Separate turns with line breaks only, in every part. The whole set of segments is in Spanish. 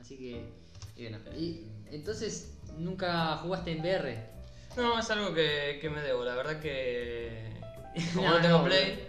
Así que. Y bueno. Y, entonces, ¿nunca jugaste en VR?
No, es algo que, que me debo. La verdad que. Como no, tengo
no,
Play,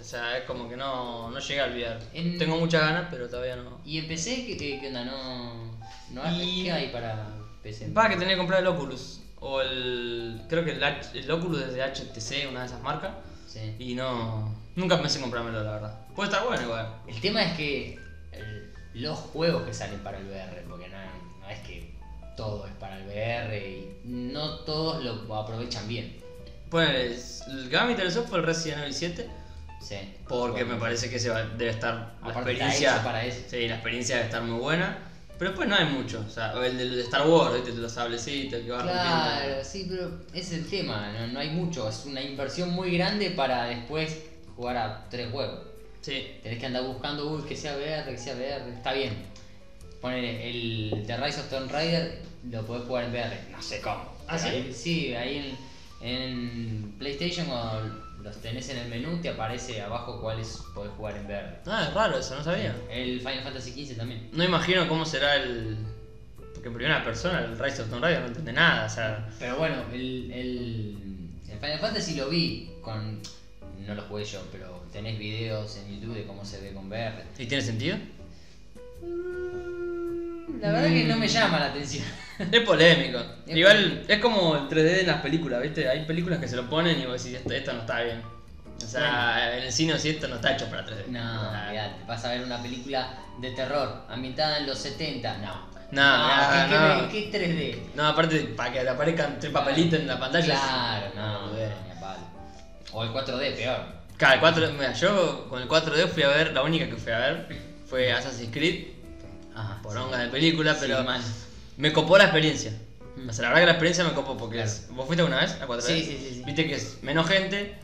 o sea, es como que no, no llegué a olvidar.
En-
Tengo muchas ganas, pero todavía no.
¿Y en PC qué, qué- qué onda? No, no hay,
Y-
¿Qué hay para PC?
Va que tenía que comprar el Oculus. O el. Creo que el, H- el Oculus es de HTC, una de esas marcas.
Sí.
Y no. Nunca pensé en comprármelo, la verdad. Puede estar bueno igual.
El tema es que el- los juegos que salen para el VR, porque no, no es que todo es para el VR y no todos lo aprovechan bien.
Pues. El que más me interesó fue el Resident Evil 7.
Sí.
Porque
Bueno,
me parece que se va- debe estar. La
aparte está
experiencia.
hecho para eso.
Sí, la experiencia debe estar muy buena. Pero después no hay mucho. O sea, o el de, el de Star Wars, ¿viste? Los sablecitos que va rompiendo.
Claro, sí, pero es el tema, no, no hay mucho, es una inversión muy grande para después jugar a tres juegos.
Sí.
Tenés que andar buscando, uy, que sea VR, que sea VR, está bien. Ponele, el The Rise of Tomb Raider lo podés jugar en VR, no sé cómo. Pero
¿Ah, sí?
ahí- sí, ahí en, en PlayStation cuando los tenés en el menú te aparece abajo cuáles podés jugar en VR.
Ah, es raro eso, no sabía.
El Final Fantasy XV también.
No imagino cómo será el. Porque en primera persona el Rise of Tomb Raider no entiende nada, o sea.
Pero bueno, el, el, el Final Fantasy lo vi con... No lo jugué yo, pero tenés videos en YouTube de cómo se ve con VR.
¿Y tiene sentido?
La verdad que no me llama la atención.
Es polémico.
Es
Igual es como el 3D en las películas, ¿viste? Hay películas que se lo ponen y vos decís, esto, esto no está bien. O sea, en el cine si esto no está hecho para 3D.
No,
Ah,
mirá, te vas a ver una película de terror ambientada en los 70. No.
No, mirá,
¿qué,
no.
qué- qué 3D?
No, aparte, para que le aparezcan tres papelitos en la pantalla.
Claro, no,
boludo.
no, ni a palo. O el 4D, peor.
Claro, el 4D, mira, yo con el 4D fui a ver, la única que fui a ver fue Assassin's Creed,
Ajá,
poronga de película,
Sí,
pero
mal.
me copó la experiencia.
Mm.
O sea, la verdad que la experiencia me copó porque
Claro.
es- vos fuiste alguna vez a 4D.
Sí, sí, sí, sí.
Viste que es menos gente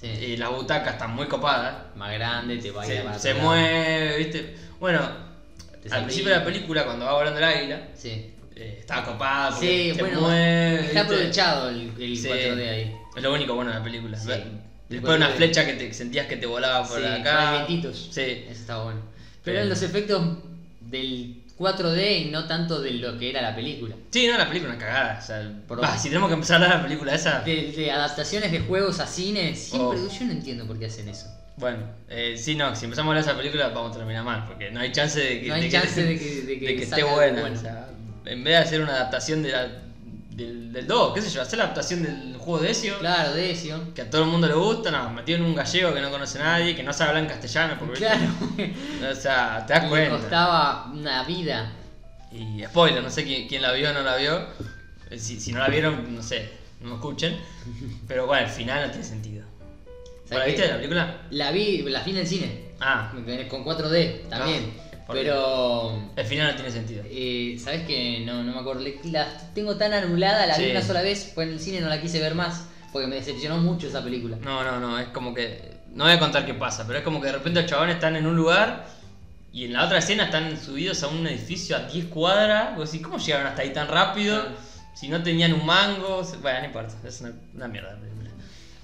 Sí.
y las butacas están muy copadas.
Más grande, te va a ir a
se,
para
se
otro lado.
mueve, ¿viste? Bueno,
Te
al
salpica.
principio de la película, cuando va volando el águila,
Sí.
eh, está copada, porque
Sí,
se
bueno,
mueve.
está
¿viste?
aprovechado el, el
Sí.
4D ahí.
Es lo único bueno de la película.
Sí.
Ver-
El
Después una
4D.
flecha que te sentías que te volaba Ah, por
Sí, con
acá.
elementitos.
Sí.
Eso está bueno. Pero
Sí.
eran los efectos del 4D y no tanto de lo que era la película.
Sí, no, la película es una cagada. O sea,
Por
bah,
dónde.
si tenemos que empezar a hablar de la película esa.
De, de adaptaciones de juegos a cine, siempre.
Oh.
Yo no entiendo por qué hacen eso.
Bueno, eh, sí, no, si empezamos a hablar de esa película vamos a terminar mal, porque no hay chance de que,
No hay
de que-
chance de que- de que
de que esté
salga algo
buena.
bueno.
o sea, en vez de hacer una adaptación de la, del, del 2, qué sé yo, hacer la adaptación del juego de Ezio,
Claro, Decio.
que a todo el mundo le gusta, no, metieron un gallego que no conoce a nadie, que no sabe hablar en castellano, porque
Claro.
o sea, te das
Le
cuenta.
costaba una vida.
Y spoiler, no sé quién, quién la vio o no la vio. Eh, Si, si no la vieron, no sé, no me escuchen. Pero bueno, al final no tiene sentido. ¿Vos la
¿Sabés
viste
qué?
la película?
La vi, la vi en el cine.
Ah,
Con 4D también.
Ah, por
pero.
el final no tiene sentido.
eh, ¿Sabes que No, no me acuerdo. Le- La tengo tan anulada, la vi
Sí.
una sola vez. Fue en el cine, no la quise ver más. Porque me decepcionó mucho esa película.
No, no, no, es como que. No voy a contar qué pasa, pero es como que de repente los chabones están en un lugar y en la otra escena están subidos a un edificio a 10 cuadras. Vos decís, ¿cómo llegaron hasta ahí tan rápido?
Claro.
Si no tenían un mango. se- Bueno, no importa, es una, una mierda la película.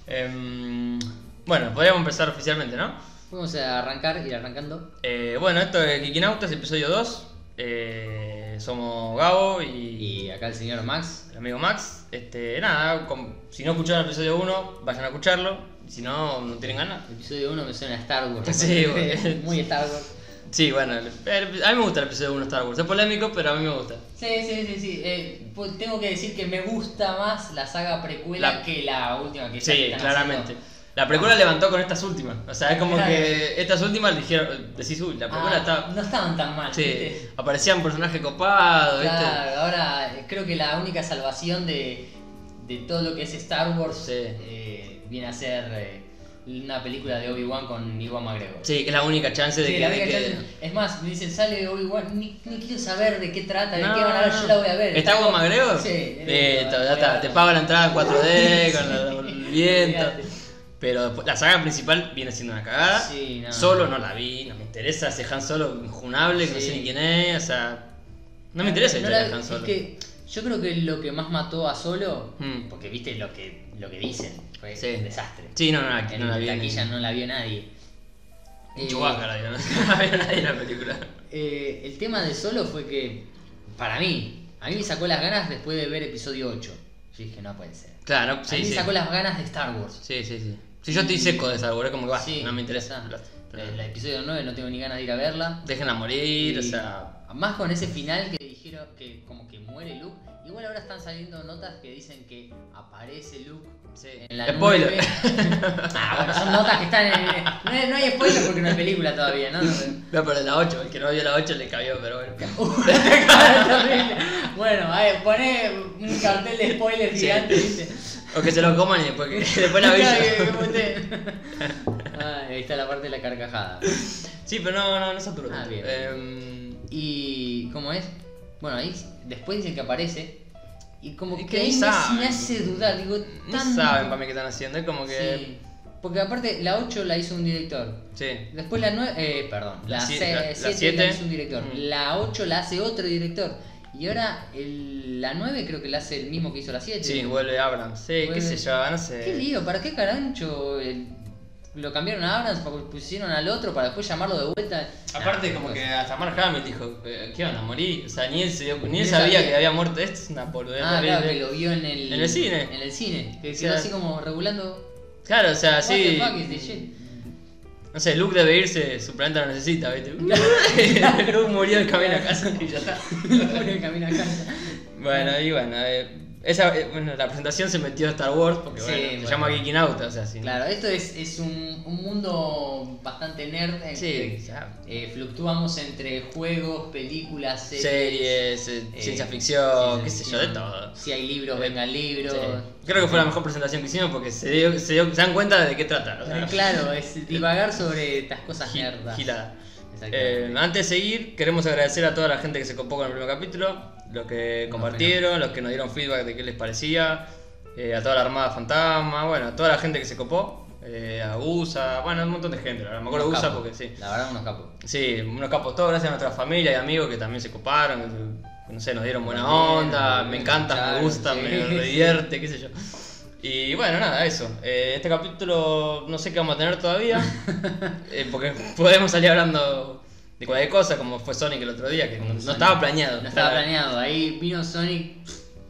Em, bueno, podríamos empezar oficialmente, ¿no?
Vamos a arrancar, ir arrancando.
Eh, bueno, esto es Kikin Autos, episodio 2. Eh, somos Gabo y,
Y acá el señor Max.
el amigo Max. Este, nada, com- si no escucharon el episodio 1, vayan a escucharlo. Si no, no tienen ganas.
El episodio 1 me suena a Star Wars.
Sí, güey.
Muy Star Wars.
Sí, bueno, el- el- a mí me gusta el episodio 1 Star Wars. Es polémico, pero a mí me gusta.
Sí, sí, sí, sí. Eh, pues, tengo que decir que me gusta más la saga precuela
La-
que la última que ya
Sí,
están
claramente.
haciendo.
La precuela levantó con estas últimas. O sea, es como
Claro.
que estas últimas le dijeron, decís, uy, la precuela
Ah,
está...
No estaban tan mal.
Sí,
¿viste?
aparecían personajes copados, ¿viste?
Claro, ahora eh, creo que la única salvación de, de todo lo que es Star Wars
Sí.
eh, viene a ser eh, una película de Obi-Wan con Iwan McGregor.
Sí, es la única chance de
Sí,
que...
la
de
única
que-
chance- Es más, me dicen, sale Obi-Wan, ni, ni quiero saber de qué trata, de
No,
qué van a ver,
no.
yo la voy a ver.
¿Está Juan
Como-
Magrego?
Sí.
Listo, ya
voy a
está.
ver.
Te pago la entrada en 4D con
Sí.
la- con el viento.
Olvídate.
Pero después- la saga principal viene siendo una cagada.
Sí, no.
Solo no la vi, no me interesa. Ese Han Solo injunable, que no
Sí.
sé ni quién es. O sea, no me interesa la
No
historia
la-
de Han Solo.
Es que yo creo que lo que más mató a Solo,
Mm.
porque viste lo que, lo que dicen, fue
Sí.
un desastre.
Sí, no, no, la-
En
no la vi.
taquilla no la vio nadie. Eh,
Chewbacca la vio, ¿no? No la vio nadie en la película.
Eh, el tema de Solo fue que, para mí, a mí me sacó las ganas después de ver episodio 8. Yo dije, no puede ser.
Claro, no,
a
sí,
mí
sí.
me sacó las ganas de Star Wars.
Sí, sí, sí. Si yo estoy seco de Star Wars, es como que va,
Sí, Ah. Eh,
no me interesa.
ya
basta.
está. El, episodio 9 no tengo ni ganas de ir a verla.
Déjenla morir,
Y
o sea.
Más con ese final que dijeron que como que muere Luke. Igual ahora están saliendo notas que dicen que aparece Luke en la
Spoiler.
nube. Ah, bueno, son notas que están en... No hay, no hay spoiler porque no hay película todavía, ¿no?
No, pero la 8, el que no vio la 8 le cabió, pero bueno.
Uh, bueno, a ver, poné un cartel de spoiler
Sí.
gigante, ¿viste?
O que se lo coman y después, que, después la
Claro, que- que
aviso.
boté. Ah, ahí está la parte de la carcajada.
Sí, pero no, no, no se apuro.
Ah, bien.
Em,
Y. ¿Cómo es? Bueno, ahí después dicen que aparece. Y como
Es
que,
que
ahí
ni
me-
saben.
me hace dudar, digo,
no
tan.
saben para mí qué están haciendo, es como
Sí.
que.
Porque aparte, la 8 la hizo un director.
Sí.
Después la 9, eh, perdón, la
La si- la- la
7 la,
siete.
hizo un director.
Mm.
La 8 la hace otro director. Y ahora el- la 9 creo que la hace el mismo que hizo la 7.
Sí, vuelve Abrams. Sí,
Vuelve-
qué sé yo, no sé.
Qué lío, ¿para qué carancho eh, lo cambiaron a Abrams? porque Pusieron al otro para después llamarlo de vuelta.
Aparte,
Nah,
como
pues.
que hasta Mark Hamill dijo, eh, ¿qué onda? Morí. O sea, ni él, se dio- ni
Ni
él
él
sabía
sabía.
que había muerto. Esto es una polvera.
Ah, claro, que lo vio en el,
En el cine.
En el cine. Que
O
quedó
sea,
así como regulando.
Claro, o sea,
What the
sí.
fuck is this shit?
No sé, Luke debe irse, su planeta lo necesita, ¿viste? Luke murió el camino a casa y ya está.
Por el camino a casa.
Bueno, y bueno, eh, esa, eh, bueno, la presentación se metió a Star Wars porque
Sí,
bueno, se
bueno.
llama Geeking Out, o sea, sí.
Claro, esto es, es un, un mundo bastante nerd. en
Sí,
que,
o sea,
eh, fluctuamos entre juegos, películas, series.
series, eh,
eh,
ciencia ficción,
ciencia
qué sé yo, de
ficción.
todo.
Si hay libros,
Eh,
vengan libros.
Sí. Creo que fue la mejor presentación que hicimos porque se, dio- se, dio- se dan cuenta de qué trata. O sea,
Claro, es divagar sobre estas cosas
gi-
nerdas.
gilada.
Exactamente.
Eh, antes de seguir, queremos agradecer a toda la gente que se copó con el primer capítulo, los que compartieron, los que nos dieron feedback de qué les parecía, eh, a toda la Armada Fantasma, bueno, a toda la gente que se copó, eh, a USA, bueno, un montón de gente, la verdad, me acuerdo de
Unos
USA
capos.
porque sí.
La verdad, unos capos.
Sí, unos capos todos, gracias a nuestra familia y amigos que también se coparon, que, no sé, nos dieron buena
Bien,
onda,
bien,
me encanta, me
escucharon,
gusta,
sí.
me divierte, qué sé yo. Y bueno, nada, eso. Eh, este capítulo no sé qué vamos a tener todavía, eh, porque podemos salir hablando de cualquier cosa, como fue Sonic el otro día, que no, no
Sonic.
estaba planeado.
No estaba planeado. Ahí vino Sonic.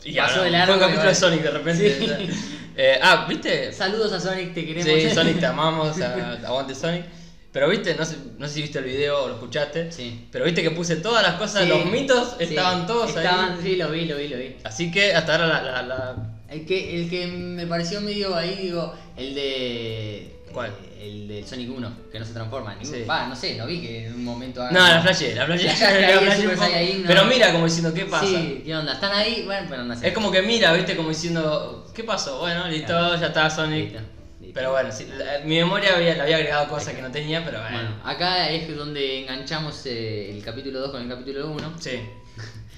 Y
pasó
hablamos.
de largo.
Fue un capítulo
igual.
de Sonic de repente.
Sí.
o sea. Eh, ah, ¿viste?
Saludos a Sonic, te queremos.
Sí, Sonic te amamos, o sea, aguante Sonic. Pero viste, no sé, no sé si viste el video o lo escuchaste.
Sí.
Pero viste que puse todas las cosas,
Sí.
los mitos
Sí.
estaban todos
Estaban,
ahí.
sí, lo vi, lo vi, lo vi.
Así que hasta ahora la. la- la-
El que, el que me pareció medio ahí, digo, el de.
¿Cuál?
El de Sonic 1, que no se transforma. en ningún-
Sí.
Va, no sé, no vi que en un momento. haga-
No, la flashé, la flashé.
La flashé ahí,
la
el
flashé
Super
un poco.
Saiyajin, no.
Pero mira, como diciendo, ¿qué pasa?
Sí, ¿qué onda? ¿Están ahí? Bueno, bueno, no sé.
Es como que mira, viste, como diciendo, ¿qué pasó? Bueno, listo,
Claro.
ya está Sonic.
Listo, listo.
Pero bueno, sí, la- mi memoria había, le había agregado cosas que no tenía, pero bueno.
Bueno, acá es donde enganchamos eh, el capítulo 2 con el capítulo 1.
Sí,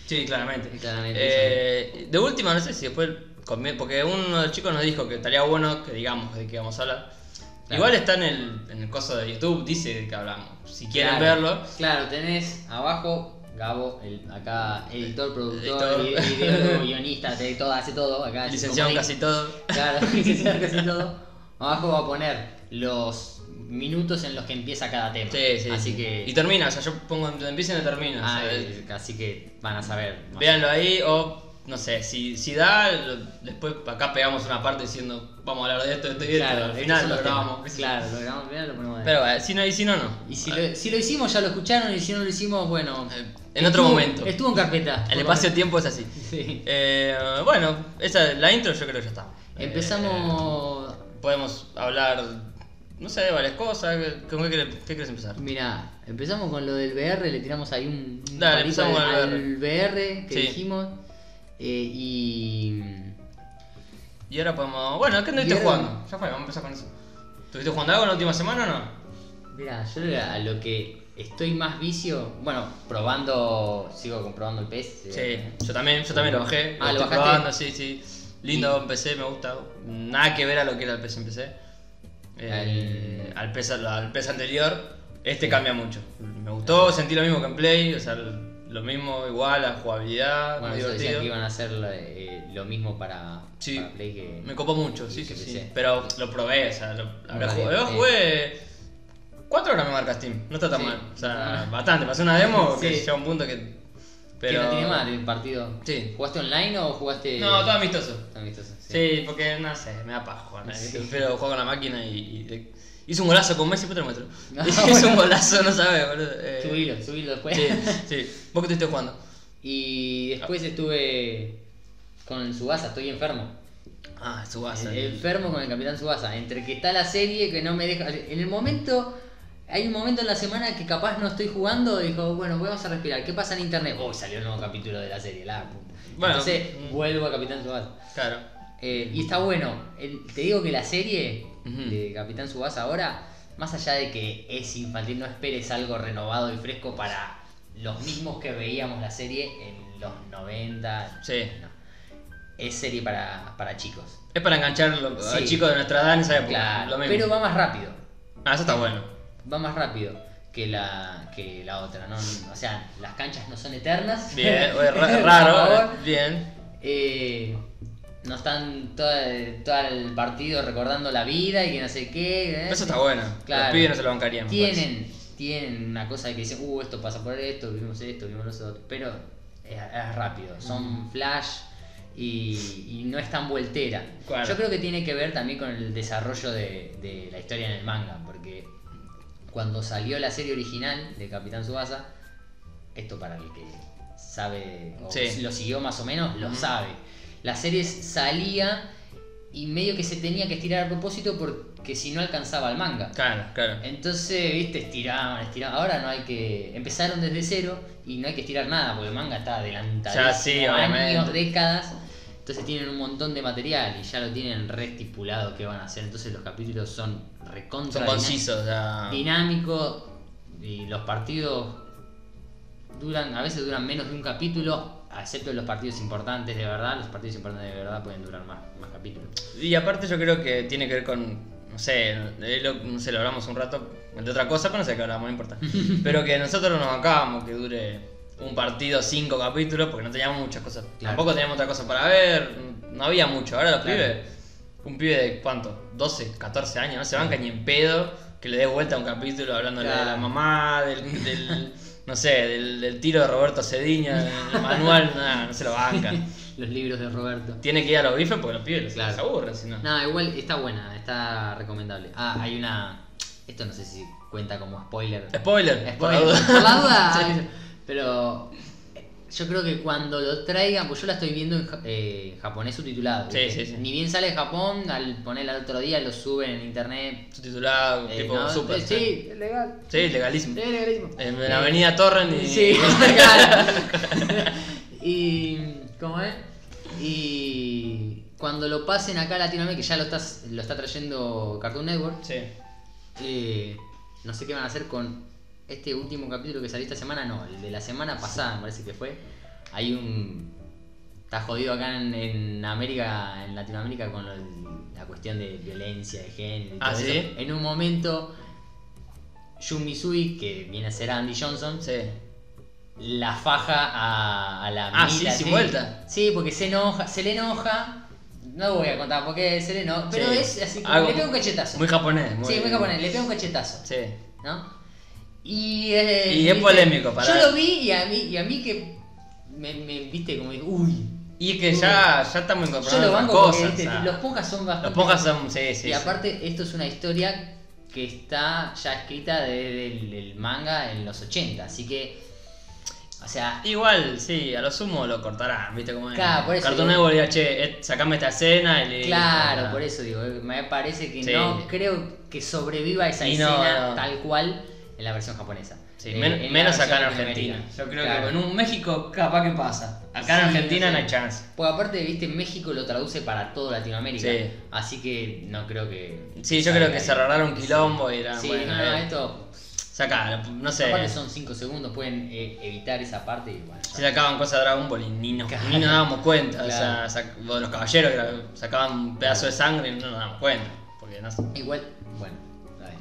sí, claramente.
Claramente,
Eh, de última, no sé si después, convie- porque uno de los chicos nos dijo que estaría bueno que digamos de qué vamos a hablar.
Claro.
Igual está en el, en el coso de YouTube, dice de qué hablamos. Si quieren
Claro,
verlo,
Claro, tenés abajo Gabo, el, acá editor, productor,
Editor.
vide- video, guionista, hace todo, hace todo. Acá es
licenciado en
como-
casi todo.
Claro, licenciado en casi todo. Abajo va a poner los minutos en los que empieza cada tema.
Sí, sí,
Así
sí.
que.
Y termina, o sea, yo pongo donde empieza y donde termina. o
Ah,
sea,
eh, así que van a saber. más.
véanlo ahí o, no sé, si, si da, lo- después acá pegamos una parte diciendo, vamos a hablar de esto, de esto y de esto.
Claro,
Al
estos
final
son
lo
los temas.
grabamos.
Claro, lo grabamos primero lo ponemos ahí.
Pero bueno, si no, y si no, no.
y si lo, si lo hicimos, ya lo escucharon, y si no lo hicimos, bueno.
Eh, en otro
estuvo-
momento.
Estuvo en carpeta.
El espacio-tiempo es así.
Sí.
Eh, bueno, esa la intro yo creo que ya está.
Empezamos.
Eh, podemos hablar, no sé, de varias cosas. ¿Con qué querés, qué querés empezar?
Mira, empezamos con lo del VR, le tiramos ahí un, un
Dale,
palito
empezamos
al,
con el
al VR que
Sí.
dijimos. eh, y.
Y ahora podemos... Bueno, ¿qué anduviste
Y ahora-
jugando? Ya fue, vamos a empezar con eso. ¿Estuviste jugando algo en la última semana o no?
Mira, yo a lo que estoy más vicio. Bueno, probando. Sigo comprobando el PS. eh,
Sí, yo también, yo también lo bajé.
Ah, ¿lo
estoy
bajaste?
probando, sí, sí. Lindo
Y-
en PC, me gusta. Nada que ver a lo que era el PC en PC. Eh, al, PC al PC anterior, este cambia mucho. Me gustó, sentí lo mismo que en Play, o sea, lo mismo, igual, la jugabilidad,
Bueno,
muy
eso decían
divertido.
que iban a hacer eh, lo mismo para,
Sí.
para Play que.
Me copó mucho, sí,
Y
sí,
que
sí.
PC.
Pero lo probé, o sea, lo, la
Vale,
jugué, lo
eh.
jugué Cuatro horas me marca Steam, no está tan
Sí. Ah.
mal. O sea, bastante. Pasé una demo que
Sí.
llega un punto que.
Que no
Pero.
tiene mal eh. el partido.
Sí.
¿Jugaste online o jugaste.?
No, todo amistoso.
Está amistoso, sí.
Sí, porque no sé, me da paja jugar. ¿no?
Sí.
Prefiero jugar con la máquina y. y le- Hizo un golazo con Messi, puto metro.
No,
Hizo un golazo, no sabes, boludo. Eh,
Subilo, subilo después.
Sí, sí. ¿Vos que estuviste jugando?
Y después estuve con Subasa, estoy enfermo.
Ah, su base.
Eh, Enfermo con el Capitán Subasa. Entre que está la serie que no me deja. En el momento. Hay un momento en la semana que capaz no estoy jugando. Dijo, bueno, vamos a respirar. ¿Qué pasa en internet? Oh, salió un nuevo capítulo de la serie. La puta.
Bueno. mm.
Entonces vuelvo a Capitán Subasa.
Claro.
Eh, y está bueno. El- te digo que la serie
Ujú.
de Capitán Subasa ahora, más allá de que es infantil, no esperes algo renovado y fresco para los mismos que veíamos la serie en los 90.
Sí.
no. Es serie para, para chicos.
Es para enganchar lo- a
Sí.
chicos de nuestra edad en esa época.
Claro,
lo mismo.
pero va más rápido.
Ah, eso está bueno.
Va más rápido que la, que la otra. ¿no? O sea, las canchas no son eternas.
Bien, oye,
Por
ra-
favor.
raro. Bien.
eh, no están todo, el- todo el partido recordando la vida y que no sé qué. ¿eh?
Eso está bueno. Los
Claro.
pibes no se lo bancarían. me parece.
Tienen, tienen una cosa de que dicen, uh, esto pasa por esto, vimos esto, vimos lo otro. Pero es, es rápido, son flash y, y no es tan vueltera.
Claro.
Yo creo que tiene que ver también con el desarrollo de, de la historia en el manga, porque cuando salió la serie original de Capitán Subasa, esto para el que sabe o
Sí.
lo siguió más o menos, lo
Ujú.
sabe. La serie salía y medio que se tenía que estirar a propósito porque si no alcanzaba al manga.
Claro, claro.
Entonces, viste, estiraban, estiraban. Ahora no hay que. Empezaron desde cero y no hay que estirar nada, porque el manga está adelantado.
Ya, sí,
años,
obviamente.
décadas. Entonces tienen un montón de material y ya lo tienen re estipulado qué van a hacer. Entonces los capítulos son recontra.
Son
dinam-
concisos. o sea,
Dinámicos. Y los partidos duran, a veces duran menos de un capítulo, excepto los partidos importantes de verdad. Los partidos importantes de verdad pueden durar más, más capítulos.
Y aparte yo creo que tiene que ver con, no sé, de lo, no sé, lo hablamos un rato, de otra cosa, pero no sé qué hablamos, no importa. pero que nosotros nos bancábamos que dure un partido cinco capítulos, porque no teníamos muchas cosas.
Claro.
Tampoco teníamos otra cosa para ver, no había mucho. Ahora los
Claro.
pibes, un pibe de cuánto, 12, 14 años, no se banca ni en pedo que le dé vuelta a un capítulo hablándole de la
Claro.
mamá, del... del- No sé, del, del tiro de Roberto Cediña, del manual, nada, no se lo banca.
Los libros de Roberto.
Tiene que ir a los bifes porque los pibes los-
Claro.
se aburren, si no.
No, igual está buena, está recomendable. Ah, hay una. Esto no sé si cuenta como spoiler.
Spoiler, por la
Spoiler.
duda.
por la duda.
Sí.
Pero eh, yo creo que cuando lo traigan, pues yo la estoy viendo en ja- eh, japonés subtitulado.
Sí,
¿viste?
sí, sí.
Ni bien sale de Japón, al ponerla al otro día lo suben en internet.
Subtitulado,
eh,
tipo
¿no?
super.
Eh, Sí, legal.
Sí, legalísimo.
Sí, legalísimo.
En
Eh,
la avenida Torrent y.
Sí, claro. y. ¿Cómo es? Y. Cuando lo pasen acá a Latinoamérica, que ya lo, estás, lo está trayendo Cartoon Network,
Sí.
eh, no sé qué van a hacer con este último capítulo que salió esta semana, no, el de la semana pasada me parece que fue. Hay un. Está jodido acá en, en América, en Latinoamérica, con lo- la cuestión de violencia de género. y
Ah,
todo
¿sí?
eso. En un momento, Yumisui, que viene a ser Andy Johnson,
Sí.
la faja a, a la
Ah,
mina,
sí, sin
¿sí?
vuelta.
Sí, porque se enoja, se le enoja. No voy a contar porque se le enoja. Pero
Sí.
es así como
Algo
le pega un cachetazo.
Muy japonés, muy.
sí, muy japonés, le pega un cachetazo.
Sí.
¿No? Y, eh,
Y es polémico, pará.
Yo lo vi y a mí, y a mí que me, me viste como uy.
Y es que ya, ya estamos
Yo
incorporando
lo
otras
banco
cosas.
porque viste,
o sea,
los pongas son bastante.
los pocas son. Sí, sí.
Y
sí.
aparte, esto es una historia que está ya escrita desde el, el manga en los 80, así que. O sea,
Igual, sí, a lo sumo lo cortarán, ¿viste cómo es?
Claro, por eso
Cartoon
digo-
Network diga, che, eh, sacame esta escena y le.
Claro, por eso digo, eh, me parece que
Sí.
no creo que sobreviva esa
Y no,
escena
no.
tal cual en la versión japonesa.
Sí,
Eh,
men-
en la
menos acá en
versión
Argentina.
latinoamericana.
Yo creo
Claro.
que con un México capaz que pasa. Acá en
Sí,
Argentina
sí.
no hay chance.
Pues aparte, viste, México lo traduce para todo Latinoamérica.
Sí.
Así que no creo que.
Sí, yo creo
salga
que
ahí.
se agarraron quilombo y eran.
Sí,
bueno,
no, no,
eh,
esto.
Sacá, no sé.
Aparte son 5 segundos, pueden eh, evitar esa parte y bueno. ya.
Se sacaban cosas de Dragon Ball y ni nos,
Claro.
ni nos dábamos cuenta.
Claro.
O sea, sac- o de los caballeros que la- sacaban un pedazo de sangre y no nos dábamos cuenta. Porque no sé.
Igual, bueno, a ver.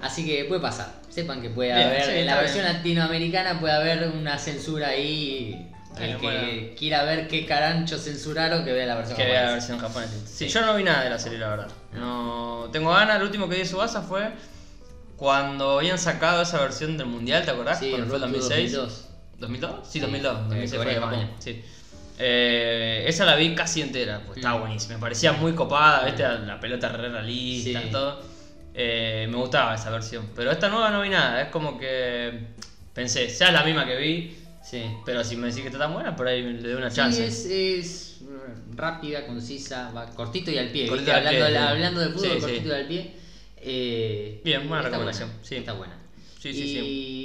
Así que puede pasar. Sepan que puede
Bien,
haber,
sí,
en la
está
versión
bien.
latinoamericana puede haber una censura ahí.
Está
El
bien,
que
bueno.
quiera ver qué carancho censuraron, que vea la versión
Que vea la
japonesa.
versión japonesa. Sí,
Sí.
yo no vi nada de la serie, la verdad. No tengo ganas. Lo último que vi de Subasa fue Cuando habían sacado esa versión del mundial, ¿te acordás?
Sí,
Cuando fue el
Road to
2006.
2002.
¿2002? Sí,
Sí,
2002.
eh,
2006 fue
Corea,
España.
Japón.
Sí. Eh, esa la vi casi entera, pues estaba
Mm.
buenísima. Me parecía muy copada, ¿viste? La pelota re realista
Sí.
y todo. Eh, me gustaba esa versión. Pero esta nueva no vi nada. Es como que pensé, sea la misma que vi,
Sí.
pero si me decís que está tan buena, por ahí le doy una
Sí,
chance.
es, es rápida, concisa, va cortito y al pie. ¿viste?
Cortito y al
Hablando,
pie,
de la-
sí.
hablando de fútbol,
Sí, sí.
cortito y al pie. Eh,
Bien, buena
está
recomendación,
buena,
sí.
Está buena.
Sí, sí,
y,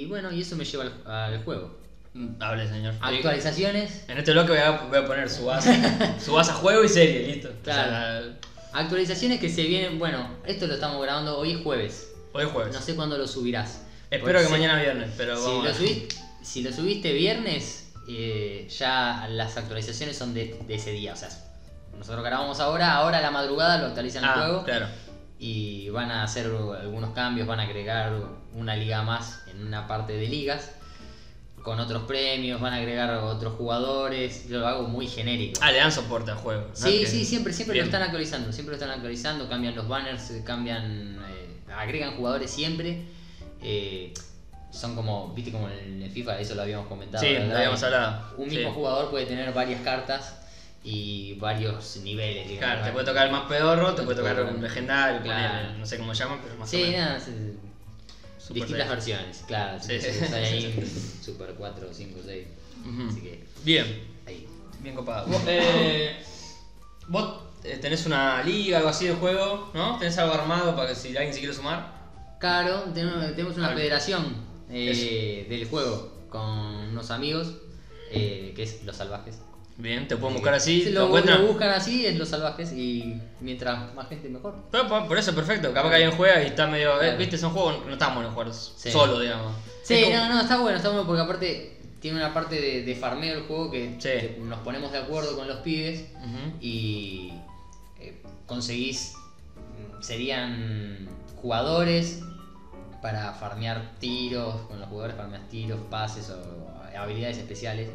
sí.
bueno, y eso me lleva al, al juego.
Mm, Hable, señor.
Ah. Actualizaciones.
En este bloque voy a, voy a poner su base, su base a juego y serie, listo. O sea,
Claro.
la-
Actualizaciones que se vienen. Bueno, esto lo estamos grabando hoy es jueves.
hoy es jueves.
No sé cuándo lo subirás.
Espero que
Porque si-
mañana viernes, pero
Si
vamos.
lo,
a-
subiste, si lo subiste viernes, eh, ya las actualizaciones son de, de ese día. O sea, nosotros grabamos ahora, ahora a la madrugada lo actualizan el
Ah,
juego.
claro.
y van a hacer algunos cambios, van a agregar una liga más en una parte de ligas, con otros premios, van a agregar otros jugadores, yo lo hago muy genérico.
Ah, le dan soporte al juego. ¿no?
sí,
Que-
sí, siempre, siempre
Bien.
lo están actualizando, siempre lo están actualizando, cambian los banners, eh, cambian, eh, agregan jugadores siempre. eh, son como, viste como en el FIFA, eso lo habíamos comentado.
Sí,
¿verdad?
lo habíamos hablado.
Un
Sí.
mismo jugador puede tener varias cartas y varios niveles, digamos.
Claro, te puede tocar el más pedorro, te puede tocar un legendario,
Claro.
ponele, no sé cómo llaman, pero más o
Sí,
menos.
nada, se-
Super
Distintas
bien.
versiones, claro.
Sí.
se usan ahí Super 4, 5, 6.
Ujú.
Así que
Bien,
ahí.
bien copado. Vos, eh, vos, eh, tenés una liga, algo así de juego, ¿no? Tenés algo armado para que si alguien se quiere sumar.
Claro, tenemos, tenemos
A
una
ver.
federación eh, del juego con unos amigos eh, que es Los Salvajes.
Bien, te pueden buscar así,
Se
lo
lo,
encuentran.
lo buscan así, es Los Salvajes y mientras más gente mejor.
Pero, por, por eso, perfecto. Capaz que alguien juega y está medio. eh,
Claro.
Viste, son juegos, no están buenos jugar
Sí.
solo, digamos. Es
Sí,
como-
no, no, está bueno, está bueno porque aparte tiene una parte de, de farmeo el juego que,
Sí.
que nos ponemos de acuerdo con los pibes
Ujú.
y eh, conseguís mm, serían jugadores para farmear tiros con los jugadores farmeas tiros pases o habilidades especiales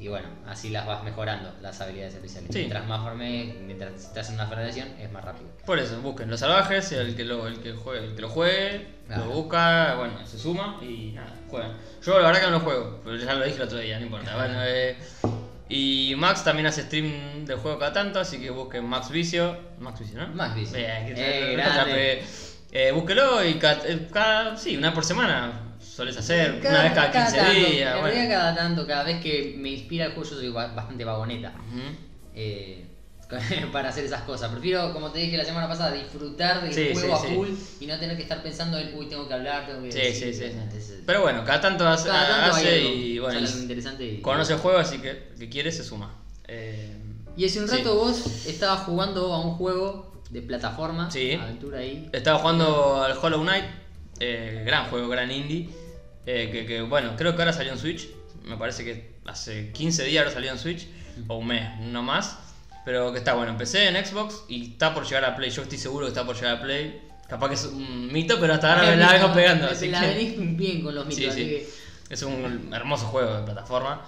y bueno así las vas mejorando las habilidades especiales
Sí.
mientras más farmees mientras estás en una federación es más rápido
Por eso, busquen los salvajes, el que lo, el que juegue, el que lo juegue,
Claro.
lo busca, bueno, se suma y nada, juegan. Yo la verdad que no lo juego, pero ya lo dije el otro día, no importa. Bueno, eh, y Max también hace stream del juego cada tanto, así que busquen Max Vicio. Max Vicio, ¿no?
Max Vicio.
Bien, que
Eh,
te-
grande.
atrape. Eh, búsquelo y cada, eh, cada- sí, una por semana solés hacer,
Cada-
una vez cada 15
tanto,
días.
en
bueno.
realidad cada tanto cada vez que me inspira el juego yo soy ba- bastante vagoneta
Ujú.
eh, para hacer esas cosas. Prefiero, como te dije la semana pasada, disfrutar del
Sí,
juego
sí,
a
sí.
full y no tener que estar pensando en, uy, tengo que hablar, tengo que
Sí,
decir",
sí, sí, sí.
entonces,
Pero bueno, cada tanto hace,
cada tanto hay
hace
algo,
y
sale
bueno,
algo interesante y,
conoce el juego, así que el que quiere se suma. Eh,
y hace un
sí.
rato vos estabas jugando a un juego de plataforma,
Sí.
aventura ahí.
Estaba jugando al Hollow Knight, eh, gran juego, gran indie. eh, que, que, bueno, creo que ahora salió en Switch. Me parece que hace 15 días ahora salió en Switch, o un mes, no más. Pero que está bueno, empecé en Xbox y está por llegar a Play. Yo estoy seguro que está por llegar a Play. Capaz que es un mito, pero hasta ahora me la vengo pegando.
Te
así
la
que-
venís bien con los mitos,
Sí,
así
sí.
que-
Es un hermoso juego de plataforma.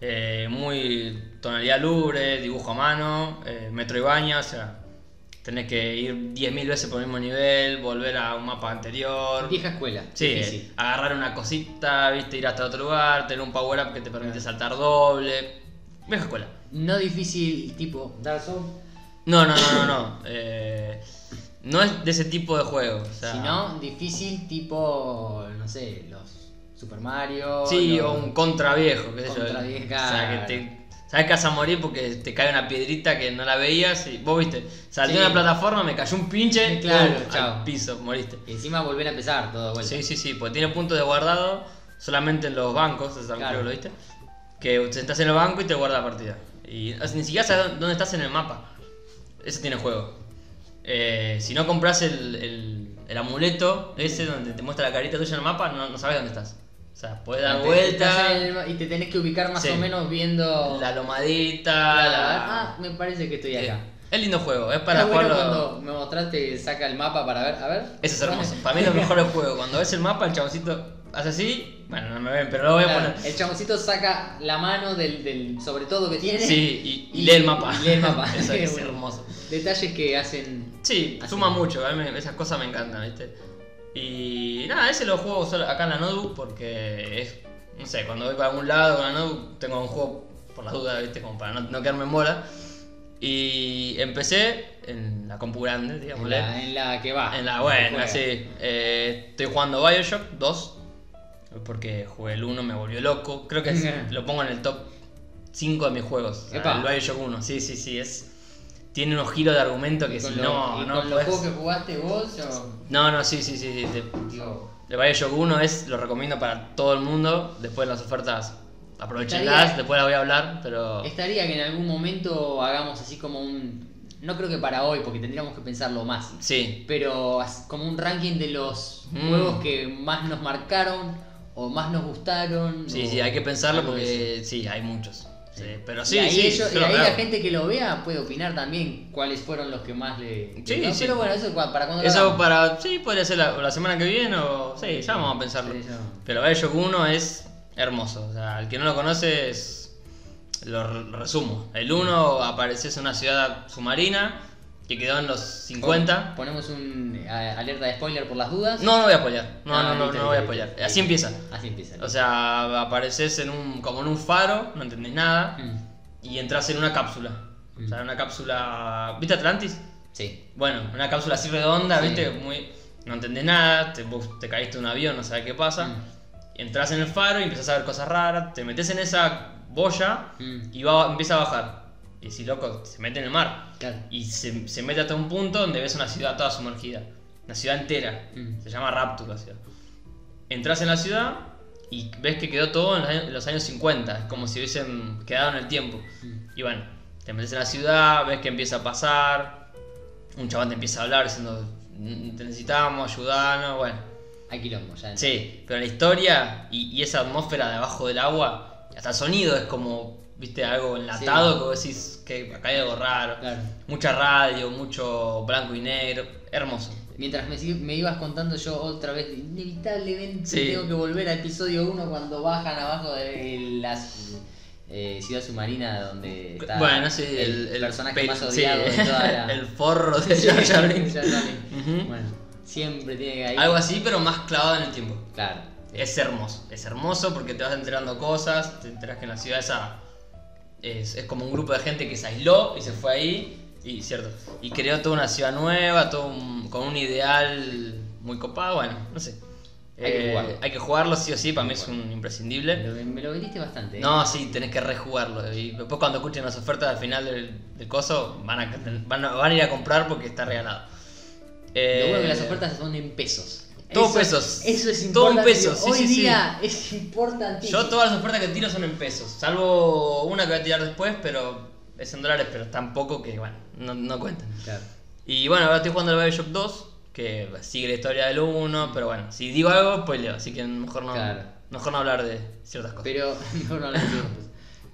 eh, muy tonalidad lubre, dibujo a mano, eh, metro y baña, o sea, tenés que ir 10.000 veces por el mismo nivel, volver a un mapa anterior.
Vieja escuela.
Sí,
difícil.
agarrar una cosita, viste, ir hasta otro lugar, tener un power up que te permite saltar doble. Vieja escuela.
No difícil tipo Dark Souls,
No, no, no, no, no. eh, no es de ese tipo de juego. O sea,
sino difícil tipo, no sé, los Super Mario.
Sí,
los-
o un contra viejo, qué sé yo.
Contra viejo,
O sea,
claro.
que te, sabes que vas a morir porque te cae una piedrita que no la veías y vos viste, salté
Sí.
de una plataforma, me cayó un pinche,
Sí, claro,
¡pum! al
chao.
piso, moriste.
Y encima volver a empezar todo de vuelta.
Sí, sí, sí, porque tiene puntos de guardado solamente en los bancos, es algo
Claro.
que lo viste, que te sentás en el banco y te guarda la partida. Y o sea, ni siquiera sabes dónde estás en el mapa. Ese tiene juego. Eh, si no compras el, el- el amuleto ese donde te muestra la carita tuya en el mapa, no, no sabes dónde estás. O sea, puedes dar
Te-
vueltas.
estás en el- y te tenés que ubicar más
Sí.
o menos viendo.
La lomadita,
Ah,
la...
ah, me parece que estoy
Eh,
acá.
es lindo juego, es para
Para bueno
jugarlo.
cuando me mostraste, saca el mapa para ver. A ver.
Ese es hermoso. Para mí es lo mejor del juego. Cuando ves el mapa, el chaboncito hace así. Bueno, no me ven, pero lo voy a
Claro,
poner.
el chaboncito saca la mano del, del sobre todo que tiene.
Sí, y, y
Y-
lee el mapa.
y lee el mapa.
Eso
Qué
es
bueno.
hermoso.
Detalles que hacen.
Sí,
Así.
suma mucho. A mí me- esas cosas me encantan, ¿viste? Y nada, ese lo juego solo acá en la notebook porque es, no sé, cuando voy para algún lado con la notebook tengo un juego por las dudas, ¿viste? Como para no, no quedarme en bola. Y empecé en la compu grande, digamos.
En la, en la que va.
En la
que
buena,
Ah, juega.
sí. Eh, estoy jugando Bioshock 2. Porque jugué el 1, me volvió loco. Creo que es- lo pongo en el top 5 de mis juegos. O sea,
Epa.
el Bioshock 1, sí, sí, sí. Es, tiene unos giros de argumento que
Y
si
con lo-
no,
y
no
con los
podés-
juegos que jugaste vos, yo.
No, no, sí, sí, sí. sí, te-
Digo,
el Bioshock 1 es, lo recomiendo para todo el mundo. Después las ofertas, aprovechenlas.
Estaría-
Después las voy a hablar, pero.
estaría que en algún momento hagamos así como un. No creo que para hoy, porque tendríamos que pensarlo más.
Sí,
Pero as- como un ranking de los
Mm.
juegos que más nos marcaron o más nos gustaron.
sí,
o
sí, hay que pensarlo
algo de eso.
porque sí, hay muchos. Sí, pero sí,
y ahí,
sí,
ellos-
yo
y
lo
ahí
creo.
la gente que lo vea puede opinar también cuáles fueron los que más le.
Sí,
le-
sí.
Pero bueno, eso es cua- para cuando lo
Eso
hagamos.
para. Sí, podría ser la, la semana que viene o. Sí, ya vamos a pensarlo.
Sí, ya.
Pero Bioshock 1 es hermoso. O sea, el que no lo conoce es. Lo re- resumo. El 1 apareces en una ciudad submarina que quedó en los 50.
Ponemos un eh, alerta de spoiler por las dudas.
No, no voy a apoyar. No,
Ah,
no, no,
listo,
no voy a
listo,
apoyar.
listo.
Así empieza.
Así empieza.
O sea, apareces en un, como en un faro, no entendés nada,
Mm,
y entras en una cápsula. O sea, una cápsula. ¿Viste Atlantis?
Sí.
Bueno, una cápsula así redonda,
Sí.
viste, muy. No entendés nada, te, vos te caíste de un avión, no sabes qué pasa.
Mm.
Entras en el faro y empezás a ver cosas raras, te metes en esa boya
Mm.
y va, empieza a bajar. Y si loco, se mete en el mar.
Claro.
Y se, se mete hasta un punto donde ves una ciudad toda sumergida. Una ciudad entera.
Mm.
Se llama Rapture la ciudad. Entras en la ciudad y ves que quedó todo en los años- en los años 50. Es como si hubiesen quedado en el tiempo.
Mm.
Y bueno, te metes en la ciudad, ves que empieza a pasar, un chaval te empieza a hablar diciendo, "Mm, te necesitamos, ayudanos, bueno.
Hay quilombo ya.
Sí, pero la historia y, y esa atmósfera de abajo del agua, hasta el sonido es como, viste, algo enlatado,
Sí.
que vos decís que acá hay algo raro.
Claro.
Mucha radio, mucho blanco y negro, hermoso.
Mientras me, sig- me ibas contando yo otra vez, inevitablemente
Sí.
tengo que volver al episodio 1 cuando bajan abajo de la s- eh, ciudad submarina donde está
bueno, sí,
el, personaje
pe-
más
sí,
odiado de toda la...
el forro de
Sí,
Jar Jar Binks.
Jar Jar Binks.
Ujú.
Bueno, siempre tiene que ahí...
Algo así, pero más clavado en el tiempo.
Claro.
Es hermoso, es hermoso porque te vas enterando cosas, te enteras que en la ciudad esa es, es como un grupo de gente que se aisló y se fue ahí, y cierto, y creó toda una ciudad nueva, todo un- con un ideal muy copado, bueno, no sé. Eh,
Hay que jugarlo.
hay que jugarlo sí o sí, para mí es un imprescindible.
Lo- me lo vendiste bastante. ¿eh?
No, sí, tenés que rejugarlo. Y después cuando escuchen las ofertas al final del, del coso, van a, van, a, van a ir a comprar porque está regalado.
Lo bueno
Eh,
que las ofertas son en pesos.
todo
Eso-
pesos.
Eso es
Todo en
importante.
pesos, sí,
Hoy
sí, sí.
día es importantísimo.
Yo todas las ofertas que tiro son en pesos, salvo una que voy a tirar después, pero es en dólares, pero tampoco que, bueno, no, no cuentan.
Claro.
Y bueno, ahora estoy jugando al Bioshock 2, que sigue la historia del 1, pero bueno, si digo algo, pues leo, así que mejor no,
Claro.
mejor no hablar de ciertas cosas.
Pero, mejor no hablar de cosas.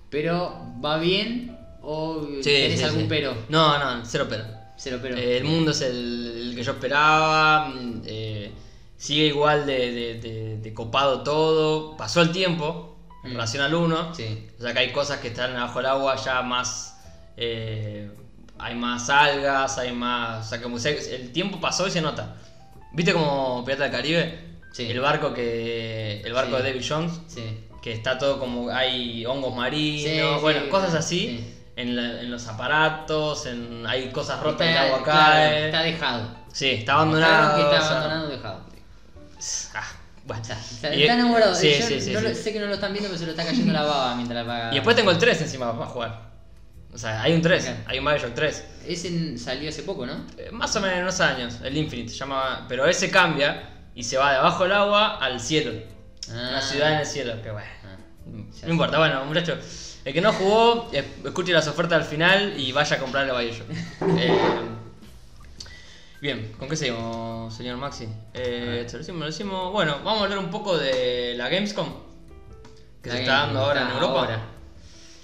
Pero, ¿va bien o
Sí,
tenés
sí,
algún
sí.
pero?
No, no, cero pero.
Cero pero.
Eh, el mundo es el, el que yo esperaba, mm, eh, sigue igual de, de- de- de copado todo, pasó el tiempo en
Mm.
relación al 1.
sí.
O sea que hay cosas que están bajo el agua ya más. eh, hay más algas, hay más. O sea, como se- el tiempo pasó y se nota. ¿Viste como Pirata del Caribe?
Sí.
El barco que. El barco
Sí.
de David Jones.
Sí.
Que está todo como. Hay hongos marinos,
Sí,
bueno,
sí,
cosas
sí.
así. En, la- en los aparatos, en, hay cosas rotas, el
Está-
agua
claro,
cae.
está dejado.
Sí, está abandonado.
Claro que
o
está
sea,
abandonado, dejado.
ah, bueno.
Está,
Y-
está enamorado.
sí,
Yo
sí, sí,
no
sí.
lo- sé que no lo están viendo, pero se lo está cayendo la baba mientras la paga.
Y después tengo el 3 encima para jugar. O sea, hay un 3,
Ajá.
hay un Bioshock 3.
Ese salió hace poco, ¿no?
Eh, más o menos en unos años, el Infinite se llama, pero ese cambia y se va de abajo del agua al cielo, una
Ah.
ciudad en el cielo, que bueno,
Ah. ya.
no importa, bueno muchachos, el que no jugó, es- escuche las ofertas al final y vaya a comprar el Bioshock. Eh, bien, ¿con qué seguimos, señor Maxi? Eh, se lo decimos, lo decimos, bueno, vamos a hablar un poco de la Gamescom, que
La
se está
Gamescom
dando ahora en
está
Europa.
ahora.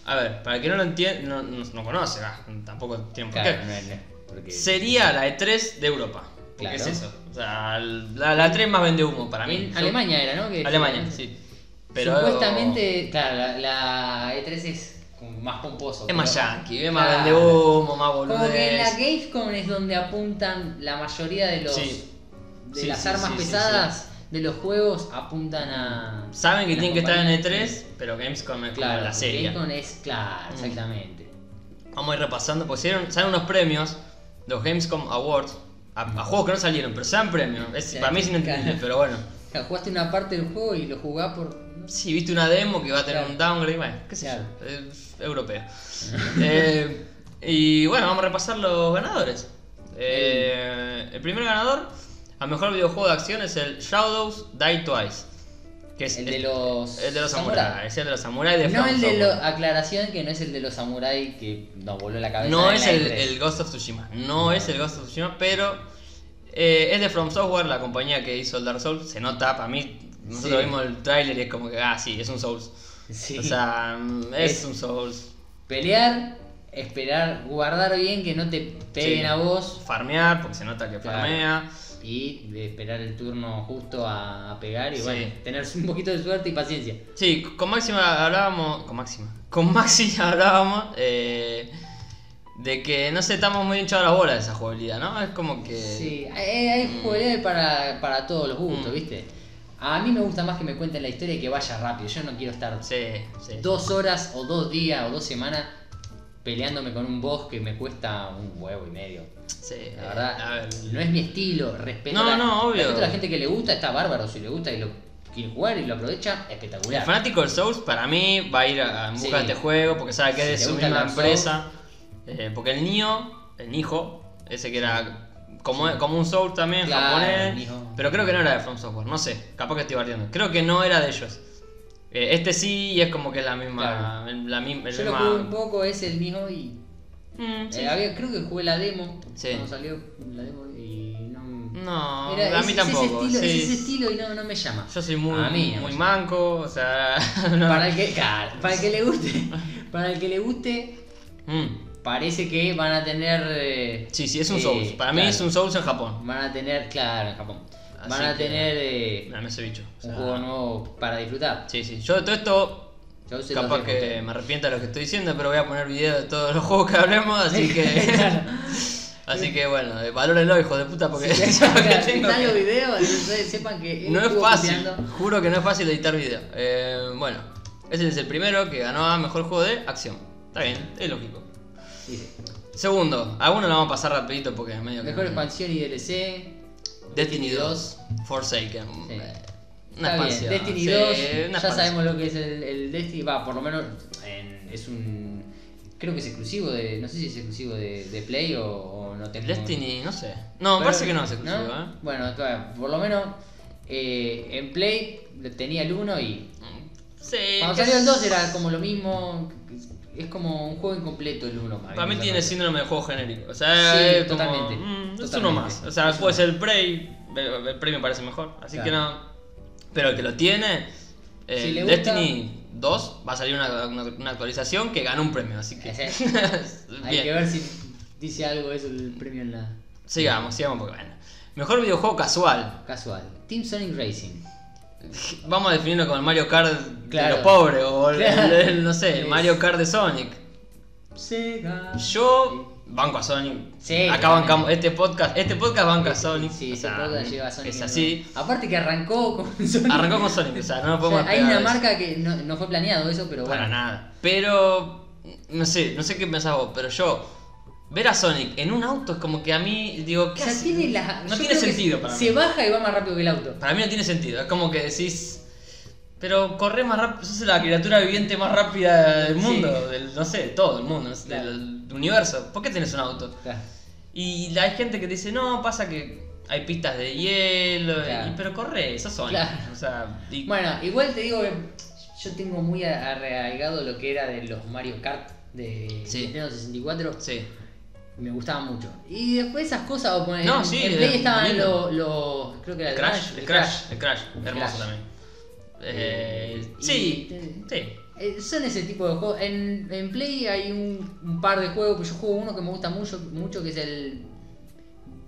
A ver, para el que no lo entiende, no, no, no conoce, ah, tampoco tiene por
Claro,
qué.
no es- no es- porque-
Sería la E3 de Europa. ¿Qué
Claro.
es eso? O sea, la, la E3 más vende humo para mí.
En Alemania era, ¿no? Que-
Alemania, sí. Pero
Supuestamente, claro, la, la E3 es como más pomposo.
Es
pero-
más yankee, es más uh,
Claro.
vende humo, más
Como que en la
boludez.
Gamescom es donde apuntan la mayoría de los.
Sí.
de de
Sí,
las
sí,
armas
sí, sí,
pesadas de los juegos apuntan a.
Saben que
a
tienen que estar en
compañías.
E3, pero Gamescom es como
Claro,
la serie.
Gamescom es, claro,
Mm.
exactamente.
Vamos a ir repasando, porque salieron, salen unos premios, los Gamescom Awards, a, a juegos que no salieron, pero sean premios. Es-
Sí,
para mí es inentendible,
claro.
pero bueno.
O sea, jugaste una parte del juego y lo jugás por. no sé,
Si viste una demo que va a tener
Claro.
un downgrade, bueno, qué sé
Claro.
yo, es europeo. Eh, y bueno, vamos a repasar los ganadores. Eh, el primer ganador a mejor videojuego de acción es el Shadows Die Twice. Que es
El de los.
el de los
samuráis.
samuráis, el de los samuráis de
No
From
el de
Software.
los. Aclaración que no es el de los samuráis que nos voló la cabeza.
No
en E
es
la
el,
E3.
el Ghost of Tsushima, no es el Ghost of Tsushima, pero eh, es de From Software, la compañía que hizo el Dark Souls. Se nota, para mí, nosotros
Sí.
vimos el tráiler y es como que, ah, sí, es un Souls.
Sí.
O sea, mm, es,
Es-
un Souls.
Pelear, esperar, guardar bien que no te peguen
Sí.
a vos
Farmear, porque se nota que
Claro.
farmea.
y de esperar el turno justo a, a pegar y
Sí.
bueno, tener un poquito de suerte y paciencia.
Sí, con Máxima hablábamos. Con Máxima. Con Maxi hablábamos eh, de que, no sé, estamos muy hinchados a la bola de esa jugabilidad, ¿no? Es como que.
Sí, hay, hay jugabilidad para, para todos los gustos,
Mm.
¿viste? A mí me gusta más que me cuenten la historia y que vaya rápido. Yo no quiero estar
Sí, sí.
dos horas o dos días o dos semanas peleándome con un boss que me cuesta un huevo y medio.
sí,
La
eh,
verdad,
a ver.
no es mi estilo. Respeto,
No,
a la,
no, obvio.
respeto a la gente que le gusta, está bárbaro. Si le gusta y lo quiere jugar y lo aprovecha,
El
espectacular.
fanático del Souls para mí va a ir a, a- en busca
Sí.
de este juego porque sabe que
Si
es de
te
su
gusta el
misma
Dark Souls.
empresa. Eh, porque el Nio, el Nijo, ese que era como, como un Souls también,
Claro, el
japonés.
Nioh.
Pero creo que no era de From Software, no sé, capaz que estoy bardeando. Creo que no era de ellos. Eh, este sí y es como que es la misma. La, misma
Yo lo jugué un poco, es el mismo y.
Mm, sí.
eh, había- creo que jugué la demo
Sí.
cuando salió la demo y no.
No,
Era-
a
es-
mí
es
tampoco.
Ese estilo, es
sí.
ese estilo y no, no me llama.
Yo soy muy,
A mí no me
muy
llama.
manco, o sea. no.
Para, el que, claro, para el que le guste, para el que le guste,
Mm,
parece que van a tener. eh,
Sí, sí, es un
eh,
Souls. Para mí
claro,
es un Souls en Japón.
Van a tener, claro, en Japón.
Así
van a
que-
tener eh,
Mírame ese bicho. o
un
sea,
juego nuevo para disfrutar.
Sí, sí. Yo de todo esto,
Yo se los
capaz
dejo.
que me arrepienta de lo que estoy diciendo, pero voy a poner videos de todos los juegos que hablemos, así que. así que bueno, eh, valórenlo, hijo de puta, porque. es lo que
Claro, si
tengo
están
que-
los videos, entonces sepan que. él
No es
estuvo
fácil,
copiando.
juro que no es fácil editar video. Eh, bueno, ese es el primero que ganó a mejor juego de acción. Está bien, es lógico.
Sí, sí.
Segundo, a uno lo vamos a pasar rapidito porque es medio que.
Mejor
no-
expansión y DLC.
Destiny 2, Forsaken.
Sí.
eh, Una
Está bien,
expansión,
Destiny
sí,
2,
una
ya
expansión.
sabemos lo que es el, el Destiny, va, por lo menos en- es un... Creo que es exclusivo de... No sé si es exclusivo de, de Play o, o no tengo...
Destiny, no sé. No,
Pero-
parece que no es exclusivo,
¿no?
¿eh?
Bueno, está bien, por lo menos eh, en Play tenía el 1 y...
Sí.
Cuando
Eh, que
salió el 2
es-
era como lo mismo, es como un juego incompleto el 1.
Para mí tiene síndrome de juego genérico. O sea,
Sí,
es como,
totalmente,
mm, es uno
totalmente.
más. O sea,
Es
puede
uno
ser el Prey. El el Prey me parece mejor. Así que
Claro.
no. Pero el que lo tiene. eh,
Si le gusta-
Destiny 2 va a salir una, una- una actualización que ganó un premio. Así que.
Hay que
bien.
ver si dice algo eso el premio en la
Sigamos, sigamos porque bueno. Mejor videojuego casual.
casual. Team Sonic Racing.
Vamos a definirlo como el Mario Kart de
Claro.
los pobres. O el,
Claro.
el- el, no sé, el
Sí.
Mario Kart de Sonic.
Sega.
Yo banco a Sonic.
Sí,
Acá
totalmente.
bancamos. Este podcast, este podcast banca a Sonic.
Sí,
o
se
sea,
acuerda, lleva a Sonic
Es
en
así.
el- Aparte que arrancó con Sonic.
Arrancó con Sonic, o sea, no lo
O
podemos
sea, hay
esperar
una
de eso.
marca que no, no fue planeado eso, pero
Para
bueno.
nada. Pero. No sé, no sé qué pensás vos, pero yo. Ver a Sonic en un auto es como que a mí. Digo, ¿qué
O sea,
hace?
tiene la-
No
yo
tiene
creo que
sentido para
Se
mí.
baja y va más rápido que el auto.
Para mí no tiene sentido. Es como que decís. Pero corre más rápido. Sos la criatura viviente más rápida del
Sí.
mundo. Del, no sé, de todo el mundo. no sé,
Claro.
Del universo. ¿Por qué tenés un auto? Y la- hay gente que te dice, no, pasa que hay pistas de hielo,
Claro.
y- pero corre, eso son.
Claro.
O sea, y-
Bueno, igual te digo que yo tengo muy arraigado lo que era de los Mario Kart de
Sí.
Nintendo 64.
sí.
Me gustaba mucho. Y después esas cosas, o poner,
No,
en,
sí,
en Play
eh,
estaban
lindo.
los, los- Creo que era
El Crash, el Crash, el Crash,
El
hermoso
Crash.
también. Eh,
Y-
sí,
y-
sí.
Eh, Son ese tipo de juegos. En, en Play hay un, un par de juegos, pero yo juego uno que me gusta mucho, mucho que es el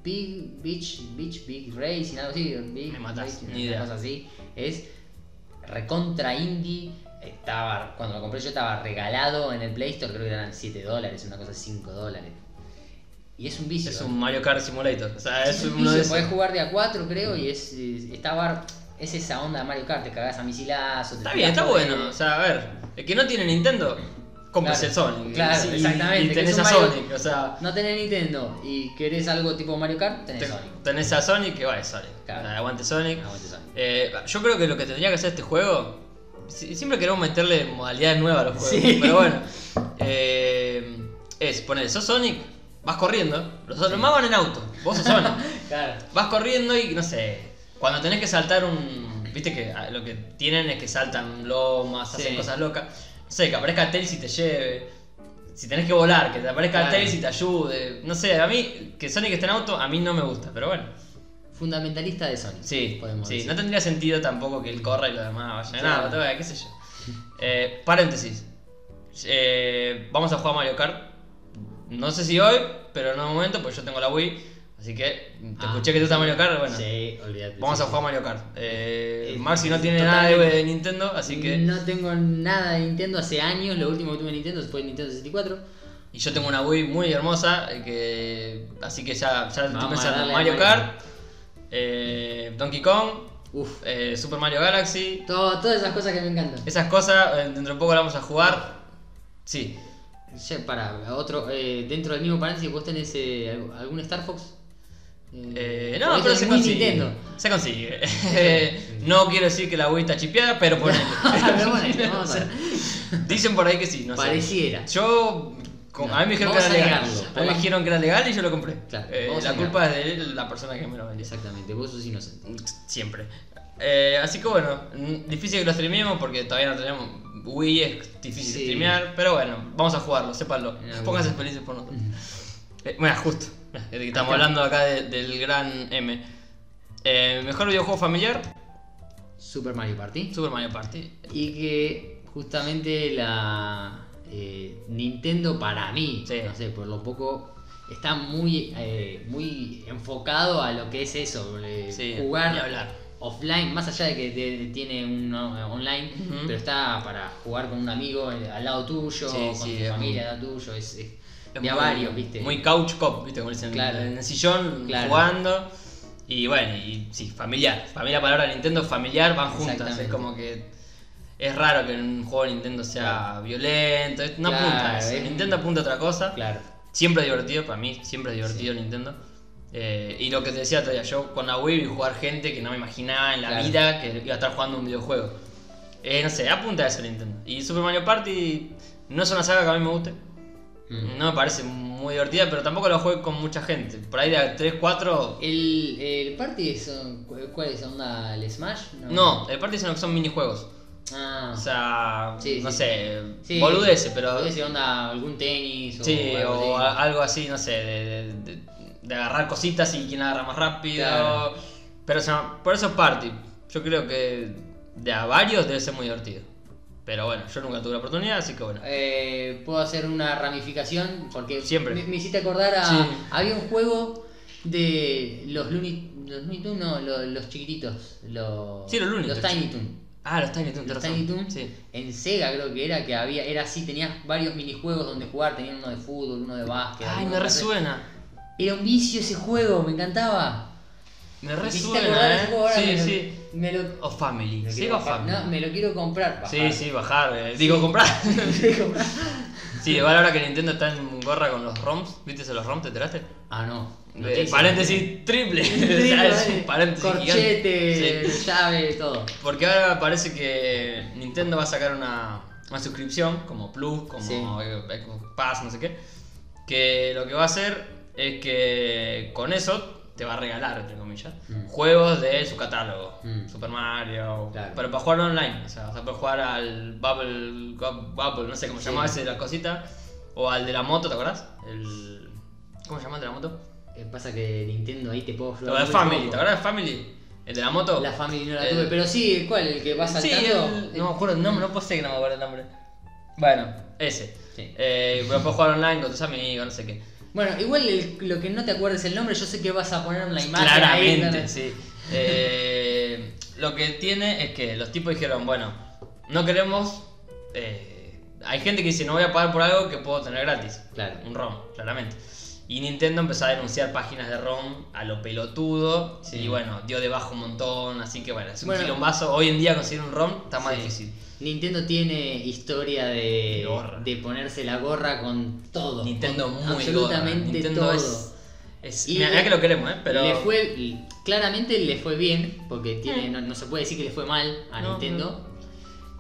Big Beach, Beach Big Racing, algo así. Big
Me matás,
Racing,
ni
una
idea.
cosa así. Es recontra indie. Estaba, cuando lo compré yo estaba regalado en el Play Store, creo que eran 7 dólares, una cosa 5 dólares. Y es un vicio.
Es
¿eh?
un Mario Kart Simulator. O sea, es
Es un
uno de
vicio,
esos. Mm.
podés jugar de a 4, creo, y es, es- está bar- es esa onda de Mario Kart, te cagás a misilazo. te
Está bien,
tirás
está
por el-
bueno. O sea, a ver, el que no tiene Nintendo, compres
Claro,
el Sonic.
claro,
Sí, y-
exactamente, que
Y tenés
es un
a
Mario-
Sonic, o sea.
No tenés Nintendo y querés algo tipo Mario Kart, tenés Ah,
te-
Sonic.
Tenés a Sonic que va, es Sonic.
Claro.
O sea, Aguante Sonic.
Aguante Sonic.
Eh, yo creo que lo que tendría que hacer este juego. si- Siempre queremos meterle modalidades nuevas a los juegos.
Sí.
Pero bueno. eh, es poner, sos Sonic, vas corriendo. Los otros más van en auto. Vos sos Sonic.
Claro.
vas corriendo y no sé. Cuando tenés que saltar un. Viste que ah, lo que tienen es que saltan lomas,
Sí.
hacen cosas locas. No sé, que aparezca Tails y te lleve. Si tenés que volar, que te aparezca
Claro.
Tails y te ayude. No sé, a mí, que Sonic esté en auto, a mí no me gusta, pero bueno.
Fundamentalista de Sonic.
Sí,
podemos
sí.
decir.
no tendría sentido tampoco que él corra y lo demás vaya.
Claro.
Nada, todo, qué sé yo. Eh, paréntesis. Eh, vamos a jugar Mario Kart. No sé si hoy, pero en un momento, pues yo tengo la Wii. Así que te
Ah.
escuché que tú estás Mario Kart, bueno.
Sí, olvídate.
Vamos
sí,
a
sí.
jugar Mario Kart. Eh,
Eh,
Maxi no tiene
totalmente.
nada de, de Nintendo, así que.
No tengo nada de Nintendo hace años, lo último que tuve Nintendo fue Nintendo 64.
Y yo tengo una Wii muy hermosa, eh, que, así que ya, ya
Vamos
estoy
a
pensando en
darle a
Mario
Mario
Kart, eh, Donkey Kong,
Uf,
eh, Super Mario Galaxy.
todo- todas esas cosas que me encantan.
Esas cosas, eh, dentro de poco las vamos a jugar. Sí.
Ya, para, otro, eh, dentro del mismo paréntesis, vos tenés eh, alg- algún Star Fox.
Eh,
porque
no,
esto
pero
es
se
muy
consigue.
Nintendo.
Se consigue. Eh, no quiero decir que la Wii está chipeada, pero por
Pero Ah, bueno, vamos a ver.
Dicen por ahí que sí, no sé.
Pareciera.
Yo. con- a mí me dijeron que
Vamos
era
a
legal.
negarlo.
A mí me dijeron que era legal y yo lo compré.
Claro,
Eh,
vamos a
la culpa es de la persona que me lo vendió.
Exactamente, vos sos inocente.
Siempre. Eh, así que bueno, n- difícil que lo streamemos porque todavía no tenemos. Wii es difícil de
Sí.
streamear, pero bueno, vamos a jugarlo, sépanlo.
En algún
Pónganse
momento.
felices por nosotros. Eh, bueno, justo. eh, que Estamos
Acá.
hablando acá de- del gran M. Eh, mejor videojuego familiar,
Super Mario Party.
Super Mario Party.
Y que justamente la eh, Nintendo para mí,
Sí.
no sé, por lo poco, está muy, eh, muy enfocado a lo que es eso, eh,
Sí,
jugar
ni hablar.
offline, más allá de que te- tiene un o- online,
Ujú.
pero está para jugar con un amigo eh, al lado tuyo,
Sí,
con
sí,
tu
es
familia
muy-
al lado tuyo, es, es
Es
de a
muy-
varios, ¿viste?
Muy couch cop, ¿viste? Como dicen,
Claro.
En el sillón,
Claro.
jugando. Y bueno, y sí, familiar. Familia, palabra de Nintendo, familiar, van juntas. Es
Exactamente.
como que. Es raro que en un juego de Nintendo sea
Claro.
violento. es- No
Claro,
apunta a eso.
es-
Nintendo apunta a otra cosa.
Claro.
Siempre divertido, para mí, siempre divertido Nintendo. Eh, y lo que te decía todavía, yo con la Wii vi jugar gente que no me imaginaba en la
Claro.
vida que iba a estar jugando un videojuego. Eh, no sé, apunta a eso Nintendo. Y Super Mario Party no es una saga que a mí me guste.
Mm.
No me parece muy divertida, pero tampoco lo jugué con mucha gente. Por ahí de a 3, 4.
El, el party son, cu- ¿cuál es onda? ¿El Smash?
No, el party sino que son minijuegos.
Ah.
O sea,
Sí,
no
sí.
sé,
Sí,
boludeces, pero.
boludeces, onda algún tenis o
Sí,
algo
o
así.
a- algo así, no sé, de, de- de- de agarrar cositas y quién agarra más rápido.
Claro.
Pero o sea, por eso es party. Yo creo que de a varios debe ser muy divertido. Pero bueno, yo nunca tuve la oportunidad, así que bueno.
Eh, puedo hacer una ramificación porque
Siempre.
Me, me hiciste acordar a
Sí.
había un juego de los Looney los Looney Tunes, no, lo- los, chiquititos, los
Sí, los Looney Tunes.
Tiny Toons.
Ah, los Tiny Toons, tenés
Los
razón.
Tiny Toons
Sí.
en Sega creo que era que había era así, tenías varios minijuegos donde jugar, tenían uno de fútbol, uno de básquet.
Ay,
uno
me
de-
resuena.
Era un vicio ese juego, me encantaba.
Me
Me hiciste acordar
resuena,
ese
¿eh?
juego ahora,
Sí,
me lo-
sí.
me lo
O Family.
Me lo
Sega
quiero
o
bajar.
Family.
No, me lo quiero comprar.
Sí,
bajar.
sí, bajar. eh, Digo, comprar. sí, igual ahora que Nintendo está en gorra con los ROMs. ¿Viste eso de los ROMs? ¿Te enteraste?
Ah, no.
Eh,
Noticia.
paréntesis triple. O sea,
Triple,
es un
dale.
paréntesis
Corchete,
gigante. Sí.
llave, todo.
Porque ahora parece que Nintendo va a sacar una, una suscripción, como Plus, como
Sí.
eh, Xbox Pass, no sé qué. Que lo que va a hacer es que con eso te va a regalar, entre comillas,
Mm.
juegos de su catálogo.
Mm.
Super Mario,
Claro.
pero para jugar online. O sea, vas a poder jugar al Bubble, Gu- Bubble no sé cómo se
Sí.
llamaba ese de las cositas. O al de la moto, ¿te acordás? El... ¿Cómo se llama el de la moto?
Eh, pasa que Nintendo ahí te puedo
Lo de
muy
Family,
poco.
¿te acordás de Family? El de la moto.
La Family no la
El-
tuve, pero sí, ¿cuál? El que va
Sí,
saltando. Eh,
el- no me acuerdo el nombre, no puedo ser que no me acuerdo el nombre. Bueno, ese.
Sí.
Eh, pero puedes jugar online con tus amigos, no sé qué.
Bueno, igual el- lo que no te acuerdes el nombre, yo sé que vas a poner una imagen. ahí,
Claramente,
¿no?
sí. Eh, lo que tiene es que los tipos dijeron, bueno, no queremos... eh, hay gente que dice, no voy a pagar por algo que puedo tener gratis.
Claro.
Un ROM, claramente. Y Nintendo empezó a denunciar páginas de ROM a lo pelotudo.
Sí.
Y bueno, dio de bajo un montón. Así que bueno, es un
Bueno.
quilombazo. Hoy en día conseguir un ROM está más
Sí.
difícil.
Nintendo tiene historia de,
De gorra.
de ponerse la gorra con todo.
Nintendo
con
muy gorda.
Absolutamente
Nintendo
todo.
es. es
Y
mira,
le-
mira que lo queremos, ¿eh? Pero.
Le fue, claramente le fue bien, porque tiene, no, no se puede decir que le fue mal a
Mm. No,
Nintendo,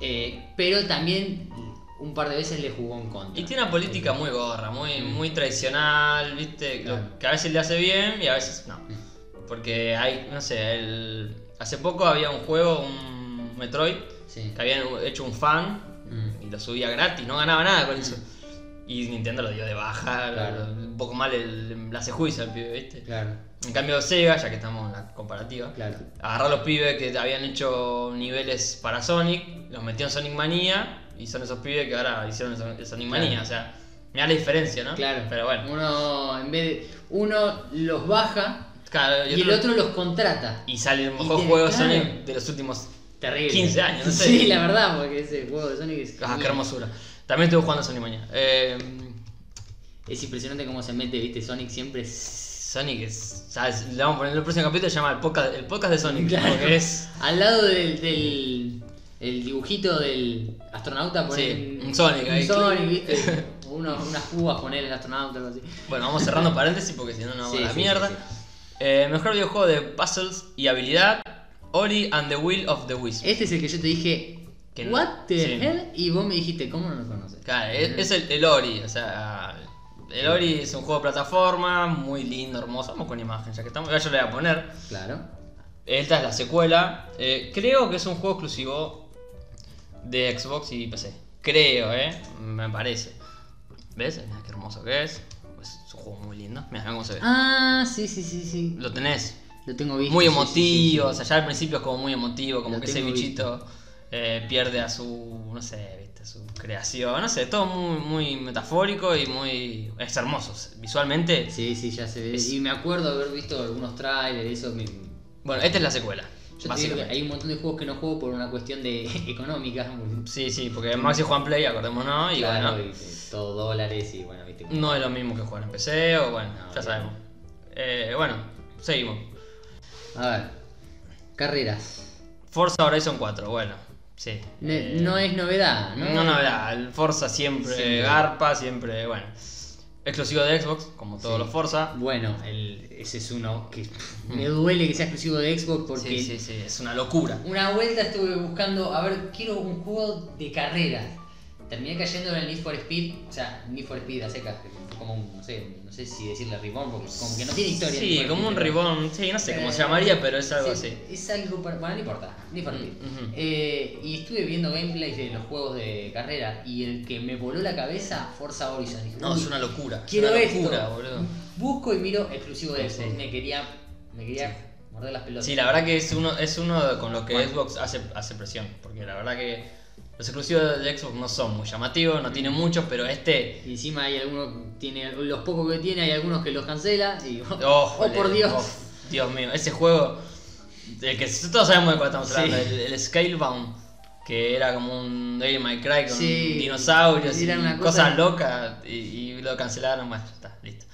eh, pero también un par de veces le jugó en contra.
Y tiene una política muy gorra, muy,
Mm.
muy tradicional, ¿viste? Lo-
Claro.
que a veces le hace bien y a veces no. Porque hay, no sé, el- hace poco había un juego, un Metroid,
Sí.
que habían hecho un fan
Mm.
y lo subía gratis, no ganaba nada con eso. Y Nintendo lo dio de baja,
Claro.
lo- un poco mal el, la hace juicio al pibe, ¿viste?
Claro,
En cambio Sega, ya que estamos en la comparativa,
claro.
agarró a los pibes que habían hecho niveles para Sonic, los metió en Sonic Manía y son esos pibes que ahora hicieron el Son- el Sonic
Claro.
Manía, o sea, mirá la diferencia, ¿no?
Claro.
Pero bueno,
Uno, en vez de, uno los baja
claro,
y el otro los contrata.
y sale el
y
mejor
tiene-
juego
claro.
Sonic de los últimos.
Terrible.
15 años, no sé.
Sí, la verdad, porque ese juego de Sonic es.
Ah,
genial.
qué hermosura. También estuve jugando Sonic Manía. Eh,
Es impresionante cómo se mete, viste, Sonic siempre es.
Sonic es. o sea, es- le vamos a poner en el próximo capítulo, se llama el podcast, el podcast de Sonic.
Claro.
Porque es.
Al lado del, del el dibujito del astronauta ponen
Sí, un Sonic ahí.
Sonic, viste. Uno- unas cubas poner el astronauta algo así.
Bueno, vamos cerrando paréntesis porque si no, no vamos
Sí,
a la
sí,
mierda.
sí,
Eh, mejor videojuego de puzzles y habilidad: Ori and the Will of the Wisp.
Este es el que yo te dije.
Que no-
What the
sí.
hell? Y vos me dijiste, ¿cómo no lo conoces?
Claro, e- es, es el, el Ori, o sea, el Ori es un juego de plataforma muy lindo, hermoso. Vamos con imagen, ya que estamos. Ya yo le voy a poner.
Claro.
Esta es la secuela. Eh, creo que es un juego exclusivo de Xbox y PC. Creo, eh. Me parece. ¿Ves? Mira qué hermoso que es. Pues, Es un juego muy lindo. Mira cómo se ve.
Ah, sí, sí, sí, sí.
Lo tenés.
Lo tengo visto.
Muy
sí, sí,
emotivo.
sí,
O sea, ya al principio es como muy emotivo. Como
Lo
que ese
tengo
bichito eh, pierde a su. No sé, viste, a su creación. No sé, todo muy, muy metafórico y muy. Es hermoso. Visualmente.
sí. Sí, sí, ya se ve.
Es-
Y me acuerdo haber visto algunos trailers, eso me,
Bueno, esta es la secuela.
Yo te digo que
básicamente.
hay un montón de juegos que no juego por una cuestión de económica.
Sí, sí, porque Maxi Juan Play, acordémonos. Y
claro,
bueno.
y, eh, todo dólares y bueno, viste.
No es lo mismo que jugar en PC o bueno,
No,
ya
bien.
sabemos. Eh, bueno, seguimos.
A ver, carreras.
Forza Horizon 4, bueno, sí.
Ne-
Eh,
no es novedad, ¿no?
no, novedad, el Forza siempre
Mm. Siempre.
garpa, siempre, bueno. Exclusivo de Xbox, como todos
Sí.
los Forza.
Bueno, Mm. el- ese es uno que me duele que sea exclusivo de Xbox porque
Sí, sí, sí, es una locura.
una vuelta estuve buscando, a ver, quiero un juego de carreras. Terminé cayendo en el Need for Speed, o sea, Need for Speed a secas, que es como un, no sé, no sé si decirle ribón, porque como que no tiene historia. Need
Sí,
for
como
Speed,
un
pero-
ribón, sí, no sé cómo se
Eh,
llamaría, pero es algo
sí,
así. Mm,
Es algo para. Bueno, no importa, ni para ti.
ujú.
Eh, y estuve viendo gameplays de los juegos de carrera y el que me voló la cabeza, Forza Horizon. Dije,
No,
"Uy,
es una locura. es
Quiero
una
esto".
locura, boludo.
Busco y miro exclusivo de
Sí.
Xbox. Me quería, me quería morder las pelotas.
Sí, la verdad que es uno, es uno con lo que
Bueno.
Xbox hace, hace presión. Porque la verdad que los exclusivos de Xbox no son muy llamativos, no tienen muchos, pero este.
Y encima hay algunos, tiene, los pocos que tiene, hay algunos que los cancela. Y,
¡Oh,
oh,
jole,
por Dios.
oh, Dios mío, ese juego. del que todos sabemos de cuál estamos
Sí.
hablando, el, el Scalebound, que era como un Devil May Cry con
Sí,
dinosaurios
era
y
una cosa-
cosas locas, y, y lo cancelaron, bueno, ya está, listo.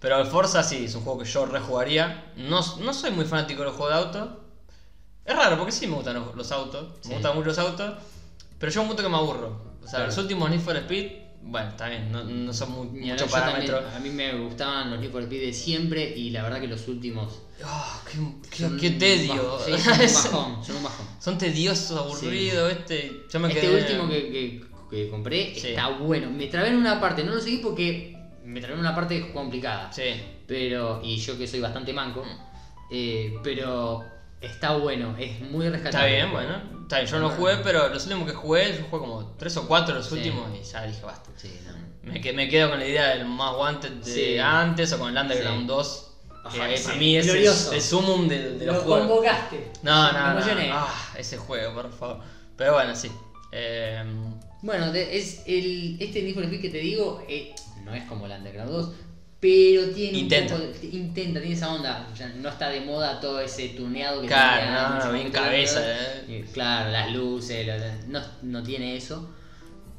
Pero el Forza sí, es un juego que yo rejugaría. No, no soy muy fanático de los juegos de autos. Es raro, porque sí me gustan los, los autos.
Sí.
Me gustan mucho los autos. Pero yo un punto que me aburro. O sea,
Claro.
los últimos Need for Speed, bueno, está bien, no, no son mu-
Ni hablar,
mucho
yo
parámetro.
también- a mí me gustaban los Need for Speed de siempre y la verdad que los últimos.
Ah, qué, qué-
son
qué
un
tedio.
bajón. Sí, son un bajón, son un bajón.
son tediosos, aburridos. Este, yo me
este
quedé.
último que, que- que compré
Sí.
está bueno. Me trabé en una parte, no lo seguí porque me trabé en una parte complicada.
Sí. Mm.
Pero, y yo que soy bastante manco, eh, pero está bueno, es muy
Está
rescatable.
bien, bueno. Está bien, yo no jugué, pero los últimos que jugué, yo jugué como tres o cuatro los
Sí.
últimos y ya dije basta.
Sí, no.
Me, que- me quedo con la idea del más wanted de
Sí.
antes o con el Underground
Sí.
2. que
Ajá,
para
sí.
mí es el,
Glorioso.
el sumum de, de los
Lo
juegos.
convocaste.
No,
Me
no, no.
emocioné.
Ah, ese juego, por favor. Pero bueno, sí. Eh,
Bueno, de- es el, este Need for Speed que te digo eh, no es como el Underground 2, pero tiene
Intenta.
un poco de- intenta, tiene esa onda. Ya no está de moda todo ese tuneado que
claro,
tenía
no,
antes,
no,
como
bien
que todo-
cabeza. eh.
Claro, las luces, lo- lo- no, no tiene eso.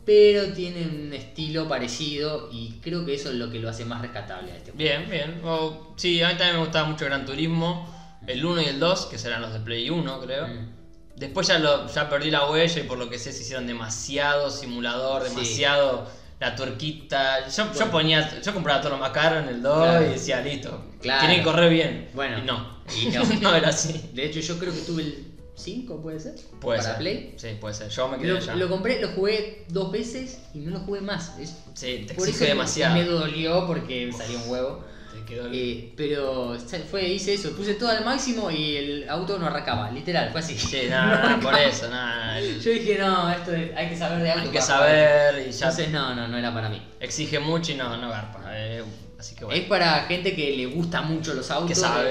pero tiene un estilo parecido y creo que eso es lo que lo hace más rescatable a este juego.
Bien, bien. O- sí, a mí también me gustaba mucho Gran Turismo. El 1 y el 2, que serán los de Play 1, creo.
Mm.
Después ya, lo, ya perdí la huella y por lo que sé se hicieron demasiado simulador,
Sí.
demasiado la tuerquita. Yo, yo
Bueno.
ponía, yo compraba todo lo más caro en el 2
Claro.
y decía, listo,
Claro.
tiene que correr bien.
Bueno.
Y no.
Y
No,
no.
era así.
De hecho, yo creo que tuve el 5, ¿puede ser?
Puede
Para
ser.
Play.
Sí, puede ser. Yo me quedé
Lo,
allá.
lo compré, lo jugué dos veces y no lo jugué más. Es-
Sí, te
por
exige
eso
demasiado.
me dolió porque me salió un huevo.
Te quedó el-
Eh, pero sa- fue, hice eso, puse todo al máximo y el auto no arrancaba, literal, fue así.
Sí,
No
nada, nada, por
arrancaba.
eso, nada. el-
Yo dije, no, esto es- hay que saber de auto.
Hay que
para
saber
jugar".
y ya
Entonces, no, no, no era para mí.
exige mucho y no, no garpa. eh, así que bueno.
Es para gente que le gusta mucho los autos,
Que sabe.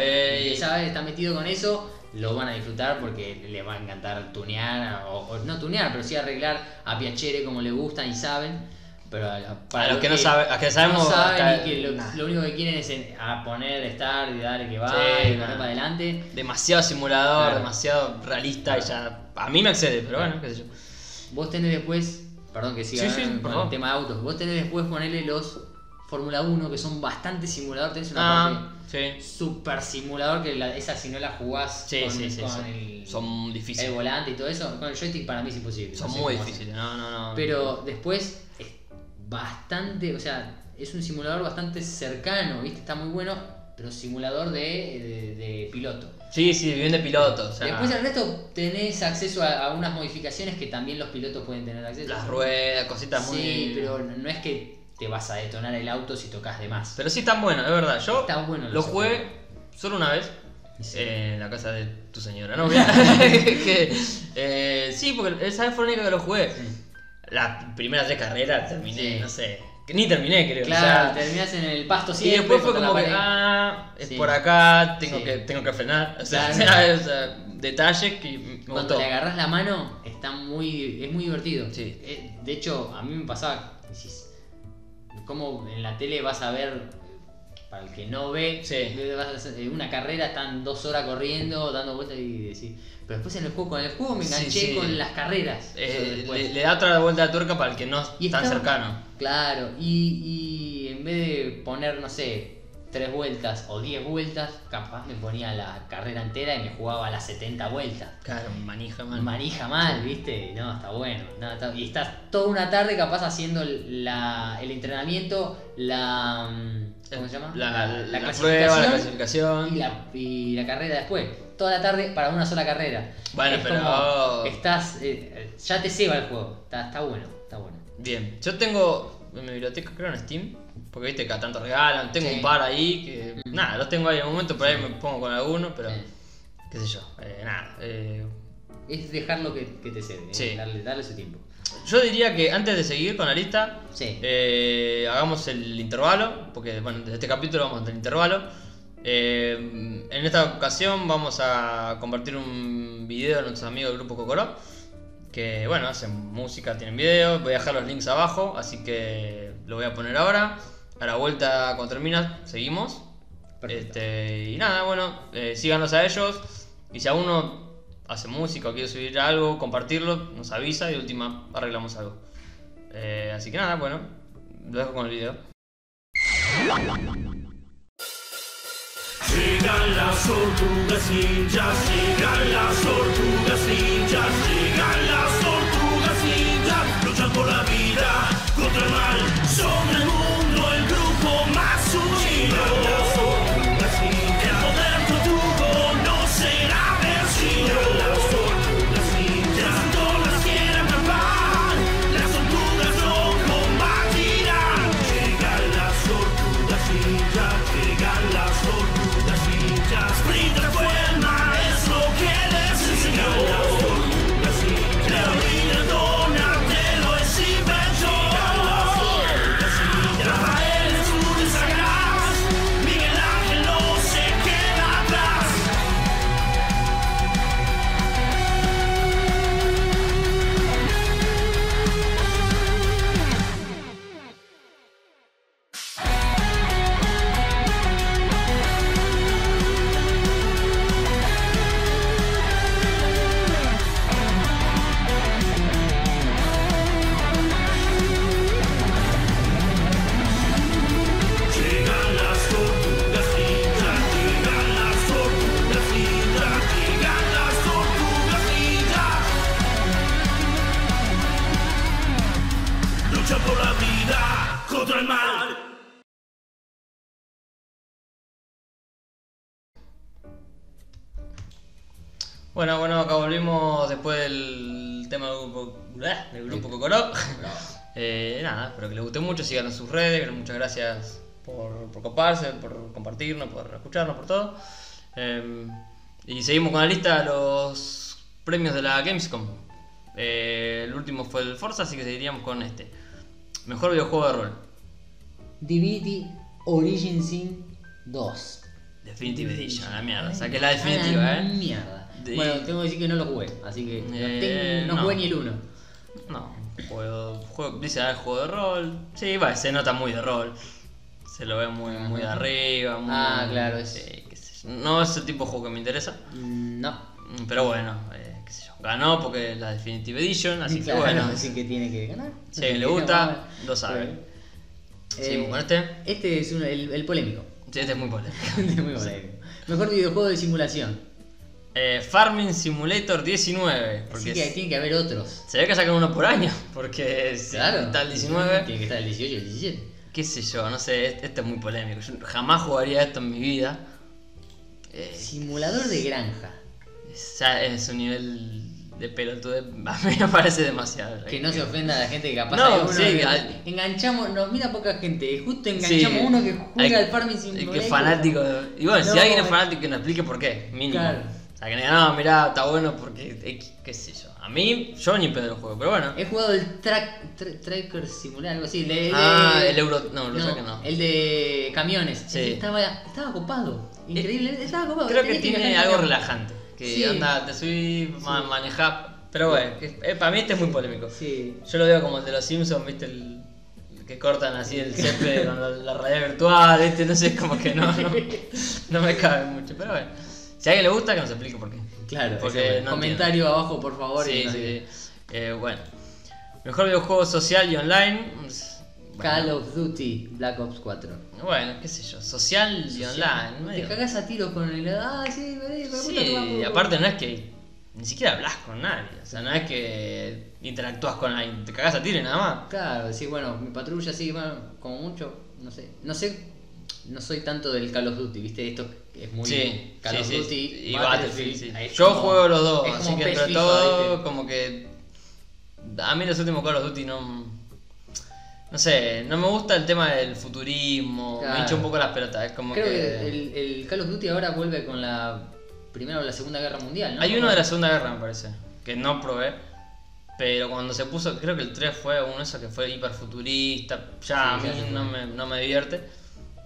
que sabe, está metido con eso, lo van a disfrutar porque le va a encantar tunear, o, o no tunear, pero sí arreglar a Piacere como le gustan y saben. Pero a, la-
Para los que no saben, a que sabemos.
no saben
acá-
y que lo,
nah.
lo único que quieren es en- a poner, estar y darle que va,
Sí,
y
nah.
correr para adelante.
demasiado simulador,
Claro.
demasiado realista y ya a mí me excede, pero bueno, qué sé yo.
Vos tenés después, perdón que siga
Sí, sí,
con
perdón.
el tema de autos, vos tenés después ponerle los Fórmula 1 que son bastante simulador, tenés una
Ah,
parte
sí.
super simulador que la- esa si no la jugás
Sí,
con,
sí, sí,
con
son-
el,
Son
el
difíciles.
volante y todo eso, con el joystick para mí es imposible.
Son
no sé
muy
cómo hacen.
difíciles, no, no, no.
Pero después es bastante, o sea, es un simulador bastante cercano, ¿viste? Está muy bueno, pero simulador de, de- de piloto.
Sí, sí, bien de piloto, o sea,
Después al resto tenés acceso a, a unas modificaciones que también los pilotos pueden tener acceso.
las ruedas, cositas muy.
Sí, pero no es que te vas a detonar el auto si tocas de más.
Pero sí están buenos, es verdad. Yo
Está bueno
lo
los
jugué solo una vez.
Sí.
eh, en la casa de tu señora, ¿no? Que, eh, sí, porque esa vez fue la única que lo jugué. Las primeras tres carreras terminé,
Sí.
no sé. que Ni terminé, creo. eh, o
Claro,
sea,
terminás en el pasto
Y
siempre.
después fue
contra la
como que,
pared.
ah, es
Sí.
por acá, tengo,
Sí.
que, tengo que frenar. O sea,
Claro.
o sea, detalles que me
Cuando
gustó.
le agarras la mano, está muy, es muy divertido.
Sí.
Eh, de hecho, a mí me pasaba, decís, como en la tele vas a ver, para el que no ve,
Sí.
vas a- eh, una carrera, están dos horas corriendo, dando vueltas y decís, pero después en el juego, con el juego me
Sí,
enganché
sí.
con las carreras. Eso
Eh,
después.
le, le da otra vuelta de tuerca para el que no
Y
es tan
está-
cercano.
Claro, y, y en vez de poner, no sé, tres vueltas o diez vueltas, capaz me ponía la carrera entera y me jugaba las 70 vueltas.
Claro, manija, man.
Manija mal, ¿viste? No, está bueno. No, está- Y estás toda una tarde capaz haciendo la, el entrenamiento, la. mm, ¿Cómo se llama?
La, la- la
clasificación
prueba, la clasificación.
y la, y la carrera después. Toda la tarde para una sola carrera.
Bueno,
Es
pero-
como, estás. eh, ya te ceba el juego. Está, está bueno, está bueno.
Bien, yo tengo en mi biblioteca, creo, en Steam. Porque viste que a tanto regalan. Tengo
Sí. Mm.
un par ahí que. Nada, los tengo ahí en un momento, por ahí me pongo con alguno, pero.
Eh.
Qué sé yo, eh, nada. eh,
Es dejar lo que, que te cede, ¿eh?
Sí.
darle, darle su tiempo.
yo diría que antes de seguir con la lista,
Sí.
Eh, hagamos el intervalo, porque bueno, desde este capítulo vamos al intervalo. Eh, en esta ocasión vamos a compartir un video de nuestros amigos del grupo Cocoró, que bueno, hacen música, tienen video, voy a dejar los links abajo, así que lo voy a poner ahora. A la vuelta cuando termina, seguimos.
Perfecto.
Este, y nada, bueno, eh, síganos a ellos. Y si alguno hace música o quiere subir algo, compartirlo, nos avisa y de última arreglamos algo. Eh, así que nada, bueno, lo dejo con el video.
Llegan las tortugas ninjas, llegan las tortugas ninjas, llegan las tortugas ninjas, luchan por la vida contra el mal, son el mundo el grupo más unido. las tortugas ninjas, el poder tortugo no será vencido. las tortugas ninjas, cuando las quieran atrapar, las tortugas no combatirán. Llegan las tortugas ninjas, llegan las tortugas ninjas. Splinter fue el maestro que les enseñó. Llegan las tortugas ninjas, Leonidas Donatello es inventor. Llegan las tortugas contra el mal.
Bueno, bueno, acá volvimos después del tema del grupo, ¡bleh! del grupo Cocoró. Eh, nada, espero que les guste mucho, sigan en sus redes, bueno, muchas gracias por, por coparse, por compartirnos, por escucharnos, por todo. Eh, y seguimos con la lista de los premios de la Gamescom. Eh, el último fue el Forza, así que seguiríamos con este. Mejor videojuego de rol.
Divinity Origin Sin 2.
Definitive Edition, a la Ah, mierda. Saqué la definitiva,
Ah,
eh.
Mierda.
De-
Bueno, tengo que decir que no lo jugué, así que no
Eh,
tengo- no,
no.
jugué ni el uno.
No, juego, juego, dice ah, juego de rol. Sí, va, se nota muy de rol. Se lo ve muy, muy de arriba. Muy,
Ah, claro, es-
sí, qué sé yo. No es el tipo de juego que me interesa.
Mm, No.
Mm, Pero bueno, eh, qué sé yo. Ganó porque es la Definitive Edition, así
Claro,
que bueno.
así que tiene que ganar.
Si le gusta, lo sabe.
Bueno.
Seguimos
Eh,
con este.
Este es uno- el, el polémico.
Sí, este es muy polémico.
Muy polémico. Mejor videojuego de simulación.
Eh, Farming Simulator 19. Porque
Así que
es-
tiene que haber otros.
se ve que sacan uno por año. Porque si
Claro.
está el 19.
Tiene que estar el 18 y el 17.
qué sé yo, no sé, este, este es muy polémico. Yo jamás jugaría esto en mi vida. Eh,
Simulador de granja.
ya es un nivel de pelotude, a mí me parece demasiado. ¿eh?
Que no se ofenda a la gente que capaz
No,
hay uno
sí,
que-
al-
enganchamos, nos mira poca gente, justo
Sí,
enganchamos uno que juega
hay-
al farming
hay
simulator.
Que fanático. de- Y bueno, si
No,
alguien es
eh.
fanático, que nos explique por qué, mínimo.
Claro.
O sea, que me diga, no, mirá, está bueno porque, X, qué sé yo. A mí, yo ni pedo lo juego, pero bueno.
He jugado el track, tra- Tracker Simulator, algo así. de-
Ah,
de-
el Euro- no, el Eurotrack no.
El de camiones.
Sí. Eh,
Ese Estaba, estaba copado. Increíble, estaba copado.
Creo que
Tenías
tiene
viajar en
algo
camión.
relajante. Que
Sí.
anda, te subís, ma- manejás. Pero bueno, que- eh, para mí este es muy polémico.
Sí.
Yo lo veo como el de los Simpsons, ¿viste? El, el que cortan así el césped con la, la realidad virtual, este, no sé, como que no, no, no me cabe mucho. Pero bueno, si a alguien le gusta, que nos explique por qué.
Claro,
Porque
ese,
no
comentario abajo, por favor. y
Sí,
no-
sí, sí. Eh, bueno, mejor videojuego social y online. Bueno,
Call of Duty Black Ops 4.
Bueno, qué sé yo, social y online.
Te
medio-
cagás a tiros con el. Ah, sí, me me gusta
Sí,
tu mambo.
y aparte no es que ni siquiera hablas con nadie, o sea, no es que interactúas con alguien, te cagás a tiro y nada más.
Claro, sí, bueno, mi patrulla sí, bueno, como mucho, no sé. No sé, no soy tanto del Call of Duty, ¿viste? Esto es muy
sí,
Call
sí,
of
sí,
Duty
y Battlefield. sí.
ahí es
Yo
como-
juego los dos,
es
así
como
que
PES
entre
FIFA,
todo,
¿viste?
como que. A mí los últimos Call of Duty no. No sé, no me gusta el tema del futurismo, me
Claro.
hincha un poco las pelotas, es como
Creo
que.
que el, el Call of Duty ahora vuelve con la Primera o la Segunda Guerra Mundial, ¿no?
Hay uno de la Segunda Guerra, me parece, que no probé. Pero cuando se puso, creo que el 3 fue uno de esos que fue hiperfuturista, ya a
Sí,
mí
ya se fue.
no, me, no me divierte.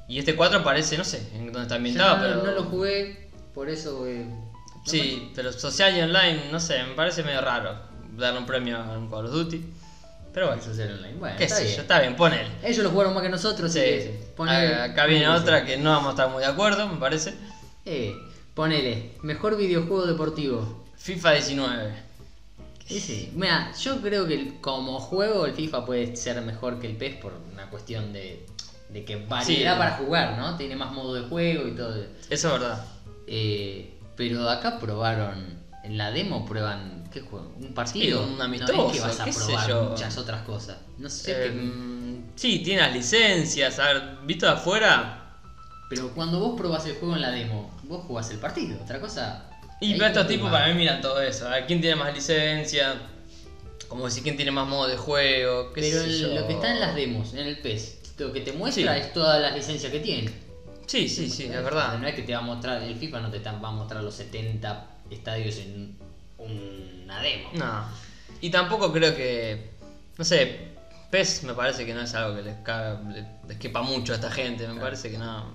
Y este 4 parece, no sé, en dónde está ambientado,
Ya
pero...
No lo jugué, por eso. eh, no
Sí, pero social y online, no sé, me parece medio raro darle un premio a un Call of Duty. Pero
puedo
bueno,
hacer online. Bueno,
qué
está
sé
bien.
yo, está bien, ponele.
Ellos lo jugaron más que nosotros, así
Sí,
que ponele-
acá viene
ponele.
otra que no vamos a estar muy de acuerdo, me parece.
Eh, ponele, mejor videojuego deportivo.
FIFA 19.
Ese, mira, yo creo que el- como juego el FIFA puede ser mejor que el PES por una cuestión de, de que variedad
Sí.
para jugar, ¿no? Tiene más modo de juego y todo.
Eso es verdad.
Eh, pero acá probaron, en la demo prueban, ¿qué juego? ¿Un partido?
Sí, un
No, es que
amistoso,
vas a
qué sé
probar
yo.
muchas otras cosas. No sé,
Eh,
qué-
sí, tiene las licencias. A ver, visto de afuera.
pero cuando vos probás el juego en la demo, vos jugás el partido, otra cosa.
Y
ahí
pero estos
no te
tipos
va.
para mí miran todo eso. A ver, quién tiene más licencia. Como decir, quién tiene más modo de juego. qué
Pero
sé
el-
yo.
lo que está en las demos, en el PES, lo que te muestra
Sí.
es todas las licencias que tienen.
Sí, sí, sí, es verdad.
No es que te va a mostrar, el FIFA no te está- va a mostrar los 70 estadios en una demo.
No. Y tampoco creo que. No sé. PES me parece que no es algo que les, caga, le- les quepa mucho a esta gente. Me parece que no.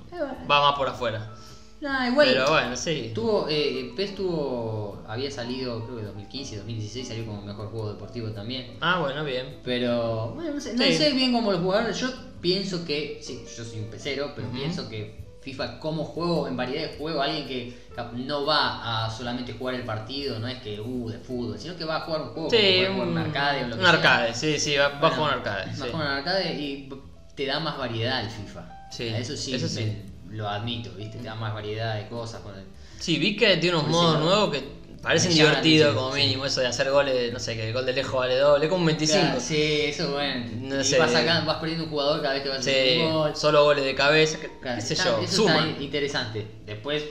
Va más por afuera.
No, igual.
Pero bueno, sí.
Tuvo, eh, PES tuvo, había salido, creo que 2015, 2016, salió como mejor juego deportivo también.
Ah, bueno, bien.
Pero, bueno, no sé, no
Sí.
sé bien cómo los jugadores, yo pienso que, sí, yo soy un pecero, pero
Ujú.
pienso que FIFA como juego, en variedad de juego, alguien que cap- no va a solamente jugar el partido, no es que, uh, de fútbol, sino que va a jugar un juego, como
Sí,
Uh, puede jugar un arcade o lo que
un
sea.
arcade, sí, sí, va, va a jugar un arcade.
Más
sí.
con el arcade y te da más variedad el FIFA.
Sí,
O sea, eso sí,
eso sí.
me- lo admito, ¿viste? Te da más variedad de cosas. Con el...
Sí, vi que tiene unos
Por
modos
decirlo-
nuevos que Parecen
Me llama la
divertidos
atención,
como
sí.
mínimo eso de hacer goles, no sé, que el gol de lejos vale doble, como un 25.
Claro, sí, eso es bueno.
No
y
sé.
vas sacando- vas perdiendo un jugador cada vez que vas
Sí,
haciendo un gol.
solo goles de cabeza, que-
Claro,
qué sé
está-
yo,
eso
suma.
está interesante. Después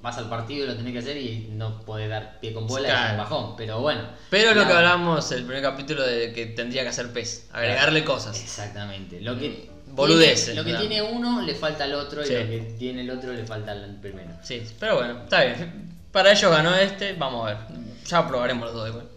vas al partido y lo tenés que hacer y no podés dar pie con bola
Claro.
y es un bajón. Pero bueno.
Pero lo que
Nada.
hablamos el primer capítulo de que tendría que hacer PES, agregarle cosas.
Exactamente. Lo que.
Mm, Boludeces,
tiene- Lo que
claro.
tiene uno le falta al otro
Sí.
y lo que tiene el otro le falta al primero.
Sí, pero bueno, está bien. Para ellos ganó este, vamos a ver. Ya probaremos los dos igual.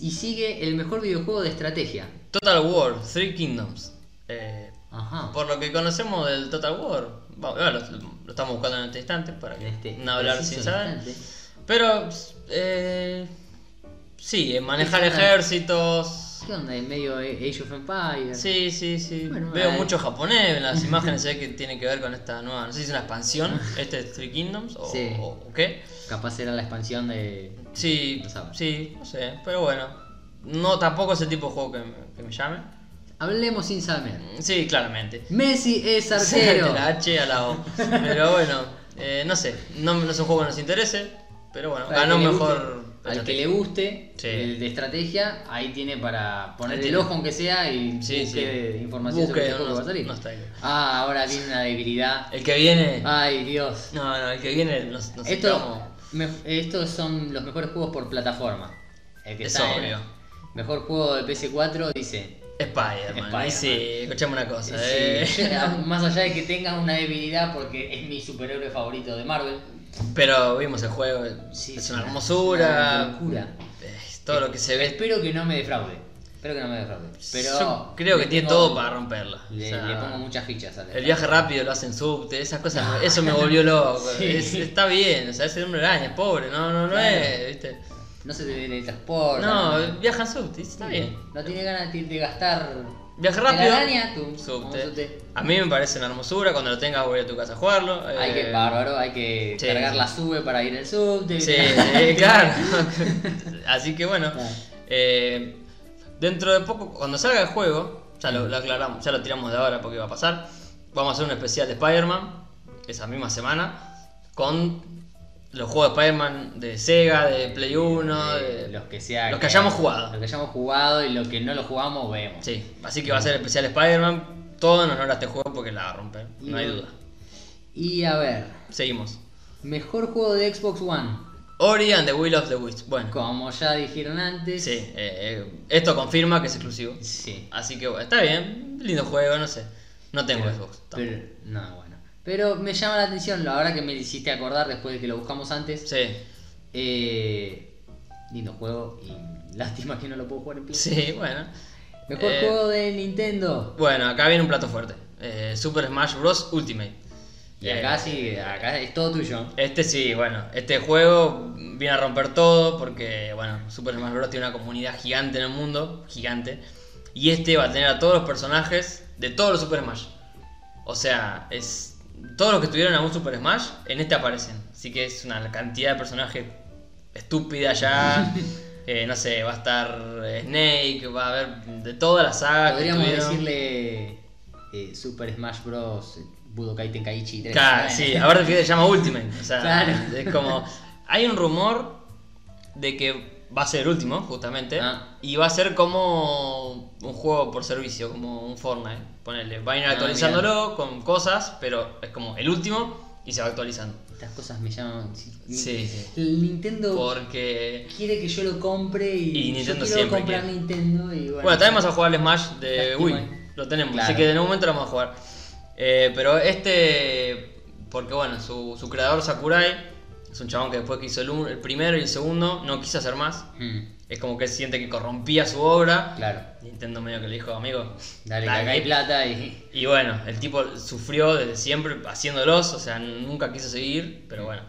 Y sigue el mejor videojuego de estrategia.
Total War, Three Kingdoms. Eh,
Ajá.
por lo que conocemos del Total War, va- va, lo, lo estamos buscando en este instante para que
En este
no hablar
preciso
sin saber.
instante.
Pero, eh, sí, eh, manejar
Exacto.
ejércitos.
¿Qué onda? En medio de Age of Empires.
Sí, sí, sí.
Bueno,
Veo
ahí.
mucho japonés en las imágenes, se ve que tiene que ver con esta nueva, no sé si es una expansión, este es Three Kingdoms o,
Sí.
o- o qué.
Capaz era la expansión de.
Sí,
No sabe.
sí, no sé, pero bueno. No, tampoco es el tipo de juego que me, que me llame.
Hablemos sin saber.
Sí, claramente.
Messi es
De
arquero.
la H a la O. Pero bueno, eh, no sé. No, no es un juego que nos interese. Pero bueno,
Para
ganó
que le
mejor.
guste- al que le guste
Sí.
el de estrategia, ahí tiene para poner
Ahí
el
tiene.
ojo aunque sea y
Sí,
busque
sí.
información
Busque,
sobre el juego
no-
que va a salir.
no está ahí.
Ah, ahora viene una debilidad.
El que viene.
Ay, Dios.
No, no, el que viene nos, nos
Ah. Esto,
estamos-
me- estos son los mejores juegos por plataforma. El que
Es
está en-
obvio.
mejor juego de PS4 dice.
Spider-Man.
Spider-Man.
y sí, escuchame una
sí,
cosa. eh.
más allá de que tenga una debilidad porque es mi superhéroe favorito de Marvel.
Pero vimos el juego.
Sí,
es
es
una
una-
hermosura.
una locura.
Es todo lo que se ve.
Espero que no me defraude. Espero que no me defraude. Pero
Yo creo
le
que tiene
pongo-
todo para romperla. O
Le,
sea,
le pongo muchas fichas al
El viaje rápido lo hacen subte, esas cosas, eso me volvió loco. Es- está bien, o sea, ese hombre araña, es pobre, no, no, no
Claro.
es, ¿viste?
No se te teletransporta.
No, viaja en subte, está bien.
No tiene ganas de, de gastar.
Viaje
en
rápido.
araña, tú,
subte.
un subte.
A mí me parece una hermosura, cuando lo tengas voy a tu casa a jugarlo.
Hay
eh,
que, bárbaro, hay que
sí.
cargar la sube para ir al subte.
Sí, eh, claro. Ah. Así que bueno.
Claro.
eh, dentro de poco, cuando salga el juego, ya lo, lo aclaramos, ya lo tiramos de ahora porque va a pasar. Vamos a hacer un especial de Spider-Man esa misma semana con los juegos de Spider-Man de Sega, de Play 1, de-
Eh, los que sea.
los que hayamos jugado.
Los que hayamos jugado y los que no lo jugamos, vemos.
Sí, así que va a ser especial Spider-Man. Todo en honor a este juego porque la va a romper, no hay duda.
Y a ver,
Seguimos.
mejor juego de Xbox One.
Ori and the Will of the Wisps. Bueno,
Como ya dijeron antes.
sí, eh, eh, esto confirma que es exclusivo.
Sí.
Así que bueno, está bien, lindo juego, no sé. No tengo Xbox. tampoco.
Pero, no, bueno. Pero me llama la atención, la verdad que me hiciste acordar después de que lo buscamos antes.
Sí,
Eh, lindo juego y lástima que no lo puedo jugar en Play.
sí, bueno.
Mejor
Eh,
juego de Nintendo.
Bueno, acá viene un plato fuerte. Eh, Super Smash Bros. Ultimate.
Y acá
Eh,
sí, acá es todo tuyo.
Este sí, bueno, este juego viene a romper todo porque, bueno, Super Smash Bros. tiene una comunidad gigante en el mundo, gigante. Y este va a tener a todos los personajes de todos los Super Smash. O sea, es todos los que tuvieron algún Super Smash en este aparecen. Así que es una cantidad de personajes estúpida ya. Eh, no sé, va a estar eh, Snake, va a haber de toda la saga. Ah, que
Podríamos
tuvieron.
decirle eh, Super Smash Bros. eh, Budokai Tenkaichi 3.
Claro,
Bueno.
sí, ahora se llama Ultimate. O sea,
Claro.
es como. Hay un rumor de que va a ser el último, justamente.
Ah.
Y va a ser como un juego por servicio, como un Fortnite. Ponele, va a ir
Ah,
actualizándolo con cosas, pero es como el último y se va actualizando.
Estas cosas me llaman.
ah. Sí.
El Nintendo
Porque.
quiere que yo lo compre y,
Y
yo
Nintendo
quiero
siempre
comprar
quiere.
Nintendo y bueno.
Bueno, también vamos a jugar el Smash de
Lástima.
Wii. Lo tenemos, así
Claro.
que de un momento lo vamos a jugar. Eh, pero este. Porque bueno, su, su creador Sakurai es un chabón que después que hizo el, un- el primero y el segundo no quiso hacer más.
Mm,
Es como que él siente que corrompía su obra.
claro.
Nintendo medio que le dijo, amigo.
Dale, que
dale".
acá hay plata y.
Y bueno, el tipo sufrió desde siempre haciéndolos, o sea, nunca quiso seguir,
Mm.
pero bueno.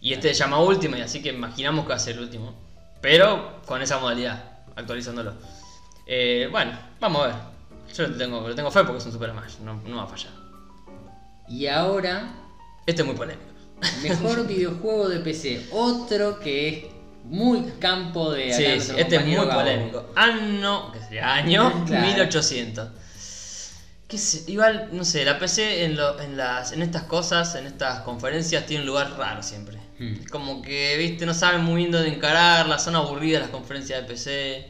Y este se llama Ultimate, así que imaginamos que va a ser el último. Pero con esa modalidad, actualizándolo. Eh, bueno, vamos a ver. Yo lo tengo, lo tengo fe porque es un Super Smash, no, no va a fallar.
Y ahora,
Este es muy polémico.
mejor videojuego de PC. Otro que es muy campo de acá
Sí, sí,
nuestro
este es muy
compañero Gabo.
polémico. Año, que sería año
Claro.
1800. Qué sé, igual, no sé, la PC en, lo- en las, en estas cosas, en estas conferencias, tiene un lugar raro siempre.
Hmm.
Como que, viste, no saben muy bien dónde encararlas, son aburridas las conferencias de PC.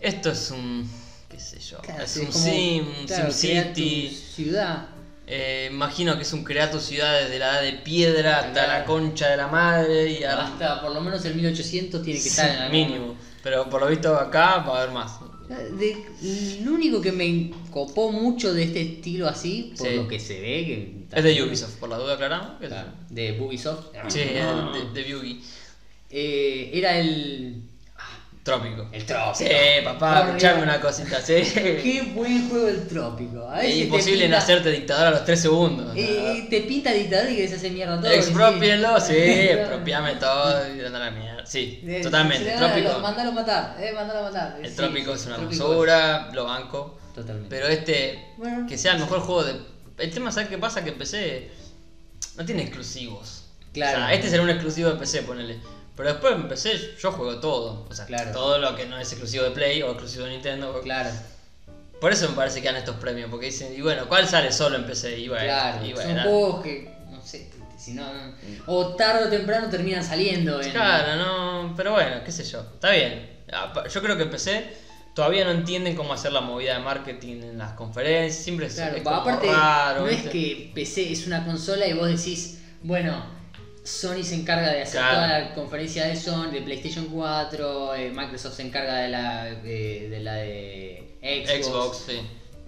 Esto es un. qué sé yo.
Claro,
es
sí,
un
como-
Sim, un
claro,
Sim
crear tu
City.
Ciudad.
Eh, imagino que es un creato ciudad desde la edad de piedra hasta la concha de la madre y a-
Ah,
Hasta por lo menos el 1800 tiene que
Sí,
estar en algún
mínimo. Pero por lo visto acá va a haber más.
De- lo único que me copó mucho de este estilo así,
Por
Sí.
lo que se ve que...
Es de Ubisoft, por la duda aclaramos. que es-
Claro, De Bugisoft.
Sí,
Ah.
es de, de Yugi.
Eh, era el...
Trópico.
El trozo.
Sí, papá,
Por
escuchame
Dios.
una cosita, sí.
Qué buen juego el trópico. A veces
Es
te
imposible
pinta-
nacerte dictador a los 3 segundos.
Y- y te pinta dictador y querés hacer mierda todo.
Expropienlo, sí,
Claro.
expropiame todo y anda a la mierda. Sí,
De-
totalmente.
de-
El
lo-
trópico,
Mandalo matar, eh, mandalo matar.
el
Sí,
trópico
sí,
es una
el trópico
basura, lo banco.
Totalmente.
Pero este,
Bueno.
que sea el mejor juego de. El tema, ¿sabes qué pasa? Que en PC no tiene exclusivos.
Claro.
O sea, este será un exclusivo de PC, ponele. Pero después en PC yo juego todo. O sea,
Claro.
todo lo que no es exclusivo de Play o exclusivo de Nintendo.
Claro.
Por eso me parece que dan estos premios, porque dicen, y bueno, ¿cuál sale solo en PC? Y bueno,
claro.
y
Son
bueno.
juegos que... No sé. Si no, no- O tarde o temprano terminan saliendo en...
Claro, no, pero bueno, qué sé yo, está bien. Ah, pa- Yo creo que empecé, todavía no entienden cómo hacer la movida de marketing en las conferencias, siempre es,
Claro,
es
pa-
como
Aparte,
raro.
no
¿viste?
es que PC es una consola y vos decís, bueno, Sony se encarga de hacer
Claro.
toda la conferencia de Sony, de PlayStation 4, eh, Microsoft se encarga de la de, de la de Xbox.
Xbox, sí.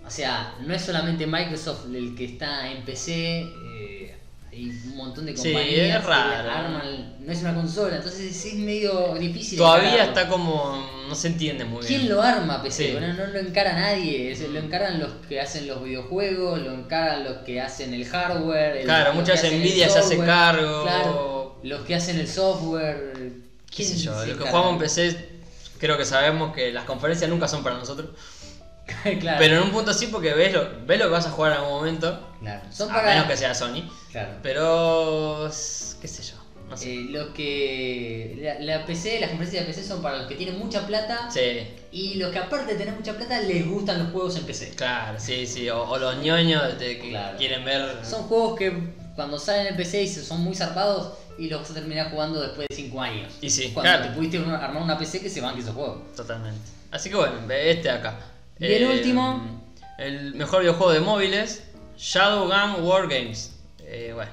O sea, no es solamente Microsoft el que está en PC, eh, hay un montón de
Sí,
compañías
es
que
raro.
arman- no es una consola, entonces es, es medio difícil.
Todavía
encararlo.
está como, no se entiende muy
¿Quién
bien.
lo arma PC?
Sí. Mm.
Bueno, no lo encara nadie. es- Lo encaran los que hacen los videojuegos, lo encaran los que hacen el hardware. el-
Claro,
los que
muchas
hacen el
envidias se hacen
software,
cargo.
Claro, los que hacen el software.
qué
¿quién
sé yo,
se
los que
encarga?
jugamos en PC, creo que sabemos que las conferencias nunca son para nosotros.
claro,
Pero en un punto sí, porque ves lo, ves lo que vas a jugar en algún momento,
claro. Son
a
para.
Ah, menos que sea Sony.
Claro.
Pero, s- qué sé yo, no sé.
Eh, los que. La, la PC, las conferencias de PC son para los que tienen mucha plata.
Sí.
Y los que, aparte de tener mucha plata, les gustan los juegos en PC.
Claro, sí, sí. O, o los ñoños de que
Claro.
quieren ver.
Son juegos que cuando salen en PC y se- son muy zarpados y los vas a terminar jugando después de 5 años.
Y sí,
Cuando
claro.
te pudiste un- armar una PC que se banque esos juegos.
Totalmente. Así que bueno, ve este acá. Eh,
Y el último.
El mejor videojuego de móviles, Shadowgun War Games. Eh, bueno,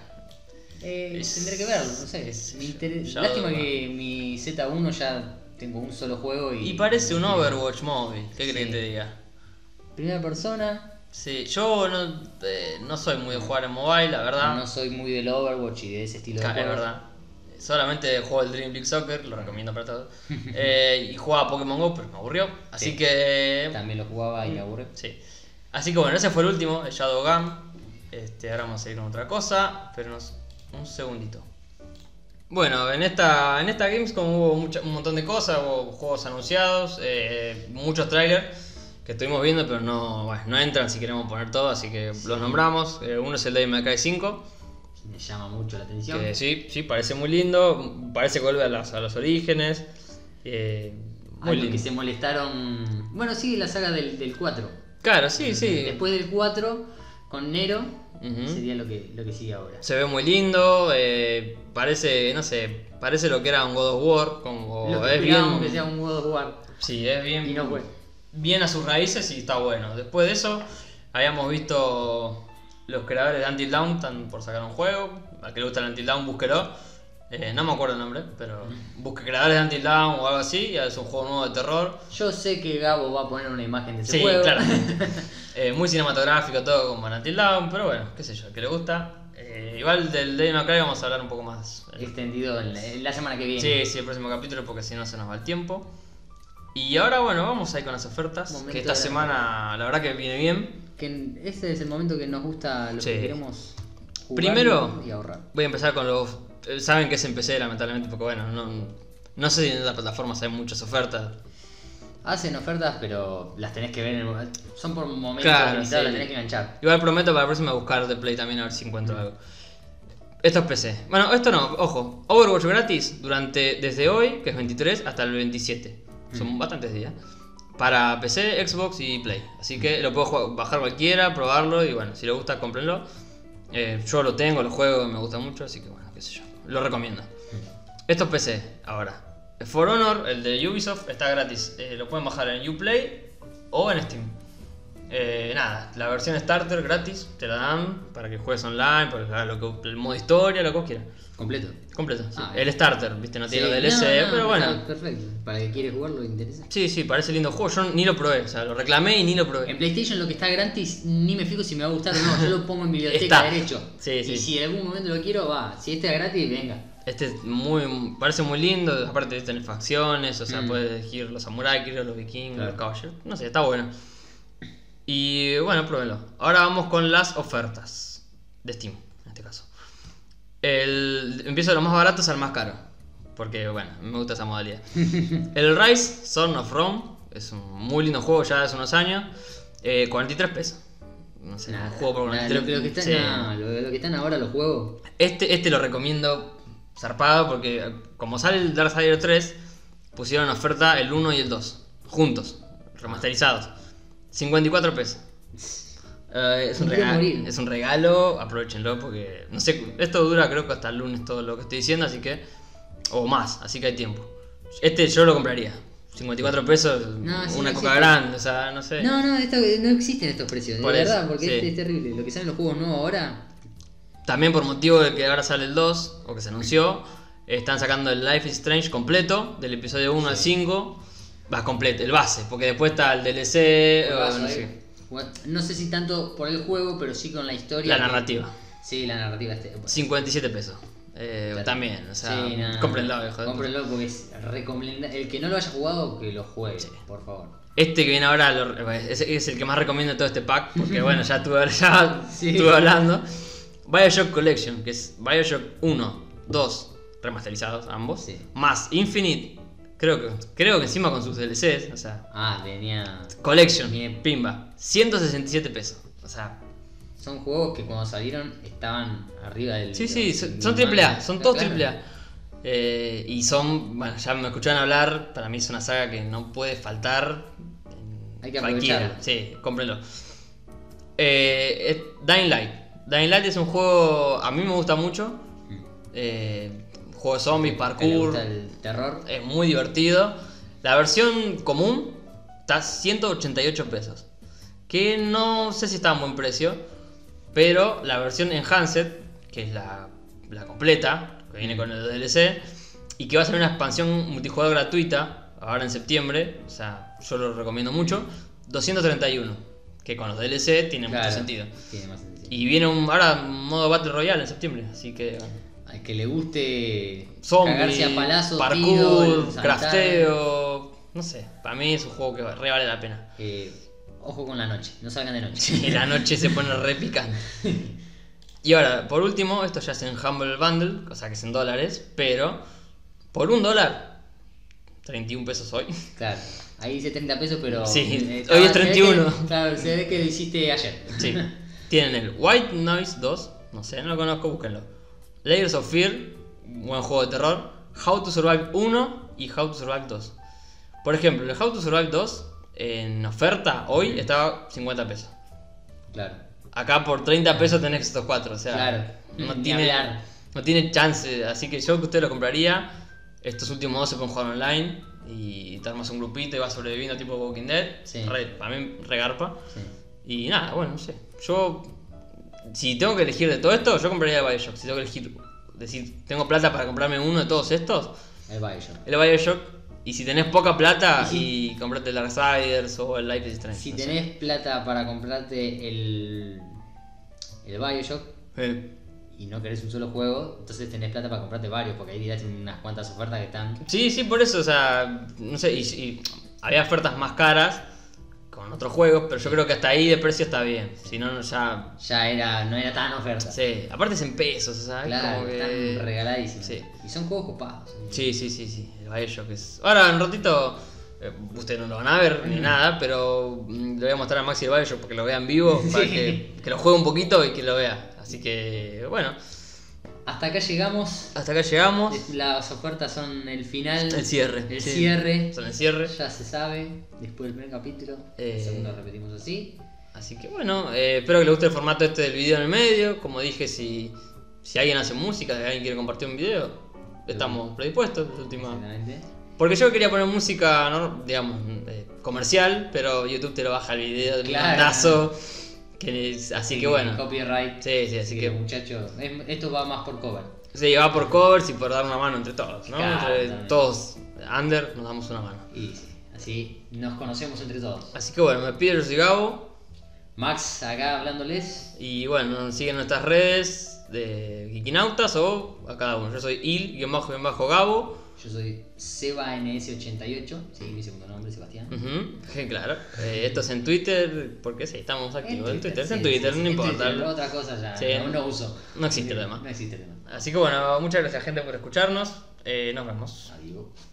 Eh,
Es-
tendré que verlo, no sé.
qué sé
Me
yo.
inter-
Ya
Lástima
lo-
que mi Z1 ya tengo un solo juego y.
y parece un Overwatch móvil. ¿Qué crees
Sí.
que te diga?
Primera persona.
Sí, yo no, eh, no soy muy de jugar en mobile, la verdad.
No soy muy del Overwatch y de ese estilo de
Ca- Ah. es
juegos.
verdad. Solamente juego el Dream League Soccer, lo recomiendo para todos. Eh, y jugaba a Pokémon Go, pero me aburrió. Así
Sí.
que
También lo jugaba y
Mm.
me aburre.
Sí. Así que bueno, ese fue el último, el Shadowgun. Este, ahora vamos a ir con otra cosa, pero nos- un segundito. Bueno, en esta, en esta Gamescom hubo mucha- un montón de cosas, hubo juegos anunciados, eh, muchos trailers que estuvimos viendo, pero no, bueno, no entran si queremos poner todo, así que los nombramos. Eh, uno es el de Cry 5,
Me llama mucho la atención.
que sí, sí, parece muy lindo, parece que vuelve a, las- a los orígenes. eh,
Ah,
muy
los que
lindo.
se molestaron. Bueno, sigue la saga del, del 4.
Claro, sí, Mm. sí.
Después del 4, con Nero,
Ujú.
sería lo que, lo que sigue ahora.
Se ve muy lindo, eh, parece, no sé, parece lo que era un God of War, como
lo que
Oh, es bien,
esperábamos que sea un God of War.
sí, es bien,
Y no fue.
bien a sus raíces y está bueno. Después de eso, habíamos visto los creadores de Until Dawn están por sacar un juego, al que le gusta el Until Dawn, búsquelo. Eh, no me acuerdo el nombre, pero busque creadores de Until Dawn o algo así, y es un juego nuevo de terror.
Yo sé que Gabo va a poner una imagen de ese
Sí,
juego.
claro. Eh, muy cinematográfico, todo como en Until Dawn, pero bueno, qué sé yo, al que le gusta. Eh, igual del Devil May Cry vamos a hablar un poco más eh,
Extendido en la, en la semana que viene.
Sí, sí, el próximo capítulo porque si no se nos va el tiempo. Y ahora bueno, vamos ahí con las ofertas.
Momento
que esta
de la-
semana la verdad que viene bien.
Que en- este es el momento que nos gusta, lo
Sí.
que queremos jugar
Primero-
y ahorrar.
Voy a empezar con los... eh, Saben que es en PC lamentablemente porque bueno, no, no sé si en otras plataformas hay muchas ofertas.
Hacen ofertas, pero las tenés que ver en el momento. Son por momentos
Claro,
limitados,
sí.
las tenés que enganchar.
Igual prometo para la próxima buscar de Play también a ver si encuentro algo. Esto es PC. Bueno, esto no, ojo. Overwatch gratis durante desde hoy, que es 23, hasta el 27. Son bastantes días. Para PC, Xbox y Play. Así que lo puedo jugar- bajar cualquiera, probarlo y bueno, si le gusta, cómprenlo. Eh, yo lo tengo, lo juego, me gusta mucho, así que bueno, qué sé yo. Lo recomiendo. Esto es PC, ahora. For Honor, el de Ubisoft, está gratis. Eh, lo pueden bajar en Uplay o en Steam. Eh, nada, la versión starter gratis, te la dan para que juegues online, para que hagas lo que- el modo historia, lo que vos quieras.
Completo.
Completo. sí.
Ah,
el starter, viste, no tiene
Sí,
lo DLC,
no, no,
pero bueno.
está perfecto. Para el que quiere jugarlo, interesa.
Sí, sí, parece lindo juego. Yo ni lo probé, o sea, lo reclamé y ni lo probé.
En PlayStation lo que está gratis ni me fijo si me va a gustar o no. Yo lo pongo en biblioteca
Está.
derecho.
Sí,
y
sí.
si en algún momento lo quiero, va. Si este es gratis, venga.
Este es muy, parece muy lindo, aparte tiene facciones, o sea,
Mm.
puedes elegir los samuráis, quiero los vikingos,
Claro.
los caballeros, no sé, está bueno. Y bueno, pruébenlo. Ahora vamos con las ofertas de Steam, en este caso. El, empiezo de los más baratos al más caro, porque bueno, me gusta esa modalidad. El Rise, Son of Rome, es un muy lindo juego ya de hace unos años, eh, 43 pesos. No sé,
Nada,
un juego por
nada,
43
lo, lo que están,
sí.
no, lo- lo que están ahora los juegos.
Este, este lo recomiendo zarpado porque eh, como sale el Darksiders 3, pusieron en oferta el 1 y el 2, juntos, remasterizados. 54 pesos. Eh, es, un
Me quiero
regalo,
morir.
es un regalo, aprovechenlo porque no sé, esto dura creo que hasta el lunes todo lo que estoy diciendo, así que o más, así que hay tiempo. Este yo lo compraría. 54 pesos,
No, sí,
una
sí,
coca
sí.
grande, o sea, no sé.
No, no, esto, no existen estos precios.
Por
de
eso,
verdad, porque este
sí.
es, es terrible. Lo que salen los juegos nuevos ahora.
También por motivo de que ahora sale el 2, o que se anunció, están sacando el Life is Strange completo, del episodio 1 al 5. Va completo, el base, porque después está el DLC, o
juegazo,
no
eh.
sé,
Juega- no sé si tanto por el juego, pero sí con la historia.
la
que-
narrativa.
Sí, la narrativa. Este,
57 pesos. Eh,
Claro.
También, o sea,
Sí, nada.
cómprenlo, hijo de puta.
Cómprenlo porque es recomendable. El que no lo haya jugado, que lo juegue, por favor.
Este que viene ahora lo- es, es el que más recomiendo de todo este pack, porque bueno, ya estuve, ya
Sí.
estuve hablando. Bioshock Collection, que es Bioshock 1, 2, remasterizados ambos,
Sí.
más Infinite, creo que, creo que encima con sus DLCs, o sea,
Ah, tenía.
Collection,
Bien.
pimba, 167 pesos. O sea,
Son juegos que cuando salieron estaban arriba del.
sí, sí,
del-
son,
del
son triple A, son todos
Claro.
triple A. Eh, y son, bueno, ya me escucharon hablar, para mí es una saga que no puede faltar. en
Hay que
cualquiera.
aprovecharla.
Sí, cómprenlo. Eh, es Dying Light. Dying Light es un juego, a mí me gusta mucho.
Mm.
Eh, juego de zombies,
Que le
parkour,
gusta el terror.
es muy divertido. La versión común está 188 pesos. Que no sé si está a buen precio. Pero la versión Enhanced, que es la, la completa, que viene con el DLC, y que va a ser una expansión multijugador gratuita ahora en septiembre, o sea, yo lo recomiendo mucho, 231, que con los DLC tiene
Claro,
mucho sentido.
Tiene más sentido.
Y viene un, ahora un modo Battle Royale en septiembre, así que...
Al que le guste
Zombie,
cagarse a palazos,
parkour,
tiro, saltar,
crafteo, no sé, para mí es un juego que re vale la pena.
eh, ojo con la noche, no salgan de noche.
Y la noche se pone re picante. Y ahora, por último, esto ya es en Humble Bundle, o sea que es en dólares, pero por un dólar, 31 pesos hoy.
Claro, ahí dice 30 pesos, pero.
Sí,
está-
hoy es
se ve que-
31.
claro, se ve que lo hiciste ayer.
Sí, tienen el White Noise 2, no sé, no lo conozco, búsquenlo. Layers of Fear, un buen juego de terror. How to Survive 1 y How to Survive 2. Por ejemplo, el How to Survive 2 en oferta
Mm.
hoy estaba 50 pesos.
Claro.
Acá por 30 pesos tenés estos cuatro, o sea,
Claro.
no,
Ni
tiene,
hablar.
no tiene chance. Así que yo que usted lo compraría. Estos últimos dos se pueden jugar online y te armas un grupito y vas sobreviviendo tipo Walking Dead.
Sí.
Re- para mí regarpa.
Sí.
Y nada, bueno, no sé. Yo, si tengo que elegir de todo esto, yo compraría el Bioshock. Si tengo que elegir, decir, tengo plata para comprarme uno de todos estos,
El Bioshock.
el Bioshock. Y si tenés poca plata, y comprate el Darksiders o el Life is Strange.
Si
no sé.
tenés plata para comprarte el. el Bioshock
Eh,
y no querés un solo juego, entonces tenés plata para comprarte varios, porque ahí dirás unas cuantas ofertas que están.
Sí, sí, por eso, o sea, no sé, y, y había ofertas más caras con otros juegos, pero yo creo que hasta ahí de precio está bien. Si no, no, ya...
Ya era, no era tan oferta.
Sí, aparte es en pesos, o sea, es
Claro,
como que...
están regaladísimos.
Sí.
Y son juegos copados.
Sí, sí, sí, sí, el Bioshock es... Ahora, en un ratito, eh, ustedes no lo van a ver ni nada, pero mm, le voy a mostrar a Maxi el Bioshock porque lo vea en vivo, para que, que lo juegue un poquito y que lo vea. Así que, bueno,
Hasta acá llegamos.
hasta acá llegamos.
Las ofertas son el final.
El cierre.
El
sí.
cierre.
Son el cierre.
Ya se sabe. Después del primer capítulo.
Eh.
El segundo repetimos así.
Así que bueno, eh, espero que les guste el formato este del video en el medio. Como dije, si, si alguien hace música, si alguien quiere compartir un video, estamos predispuestos. es última.
Exactamente.
Porque yo quería poner música, no, digamos, eh, comercial, pero YouTube te lo baja el video de
Claro.
mandazo. que es- así que bueno.
Copyright.
Sí, sí, así
que
que.
muchachos, es- esto va más por cover.
Sí, va por covers y por dar una mano entre todos, ¿no?
Claro,
Entre
también.
todos, under, nos damos una mano.
Y sí, así nos conocemos entre todos.
Así que bueno, me pido y Gabo.
Max acá hablándoles.
Y bueno, nos siguen nuestras redes de Geekinautas o a cada uno. Yo soy Il, guión bajo, guión bajo Gabo.
Yo soy SebaNS88. Sí, mi segundo nombre, Sebastián.
Ujú, je, Claro. Eh, esto es en Twitter, porque sí, estamos activos en Twitter. Es en
sí,
Twitter,
sí,
no
en Twitter,
importa.
otra cosa ya.
Sí.
No, no uso.
No existe lo demás.
No existe el tema. Ah,
Así que bueno, muchas gracias gente por escucharnos. Eh, nos vemos.
Adiós.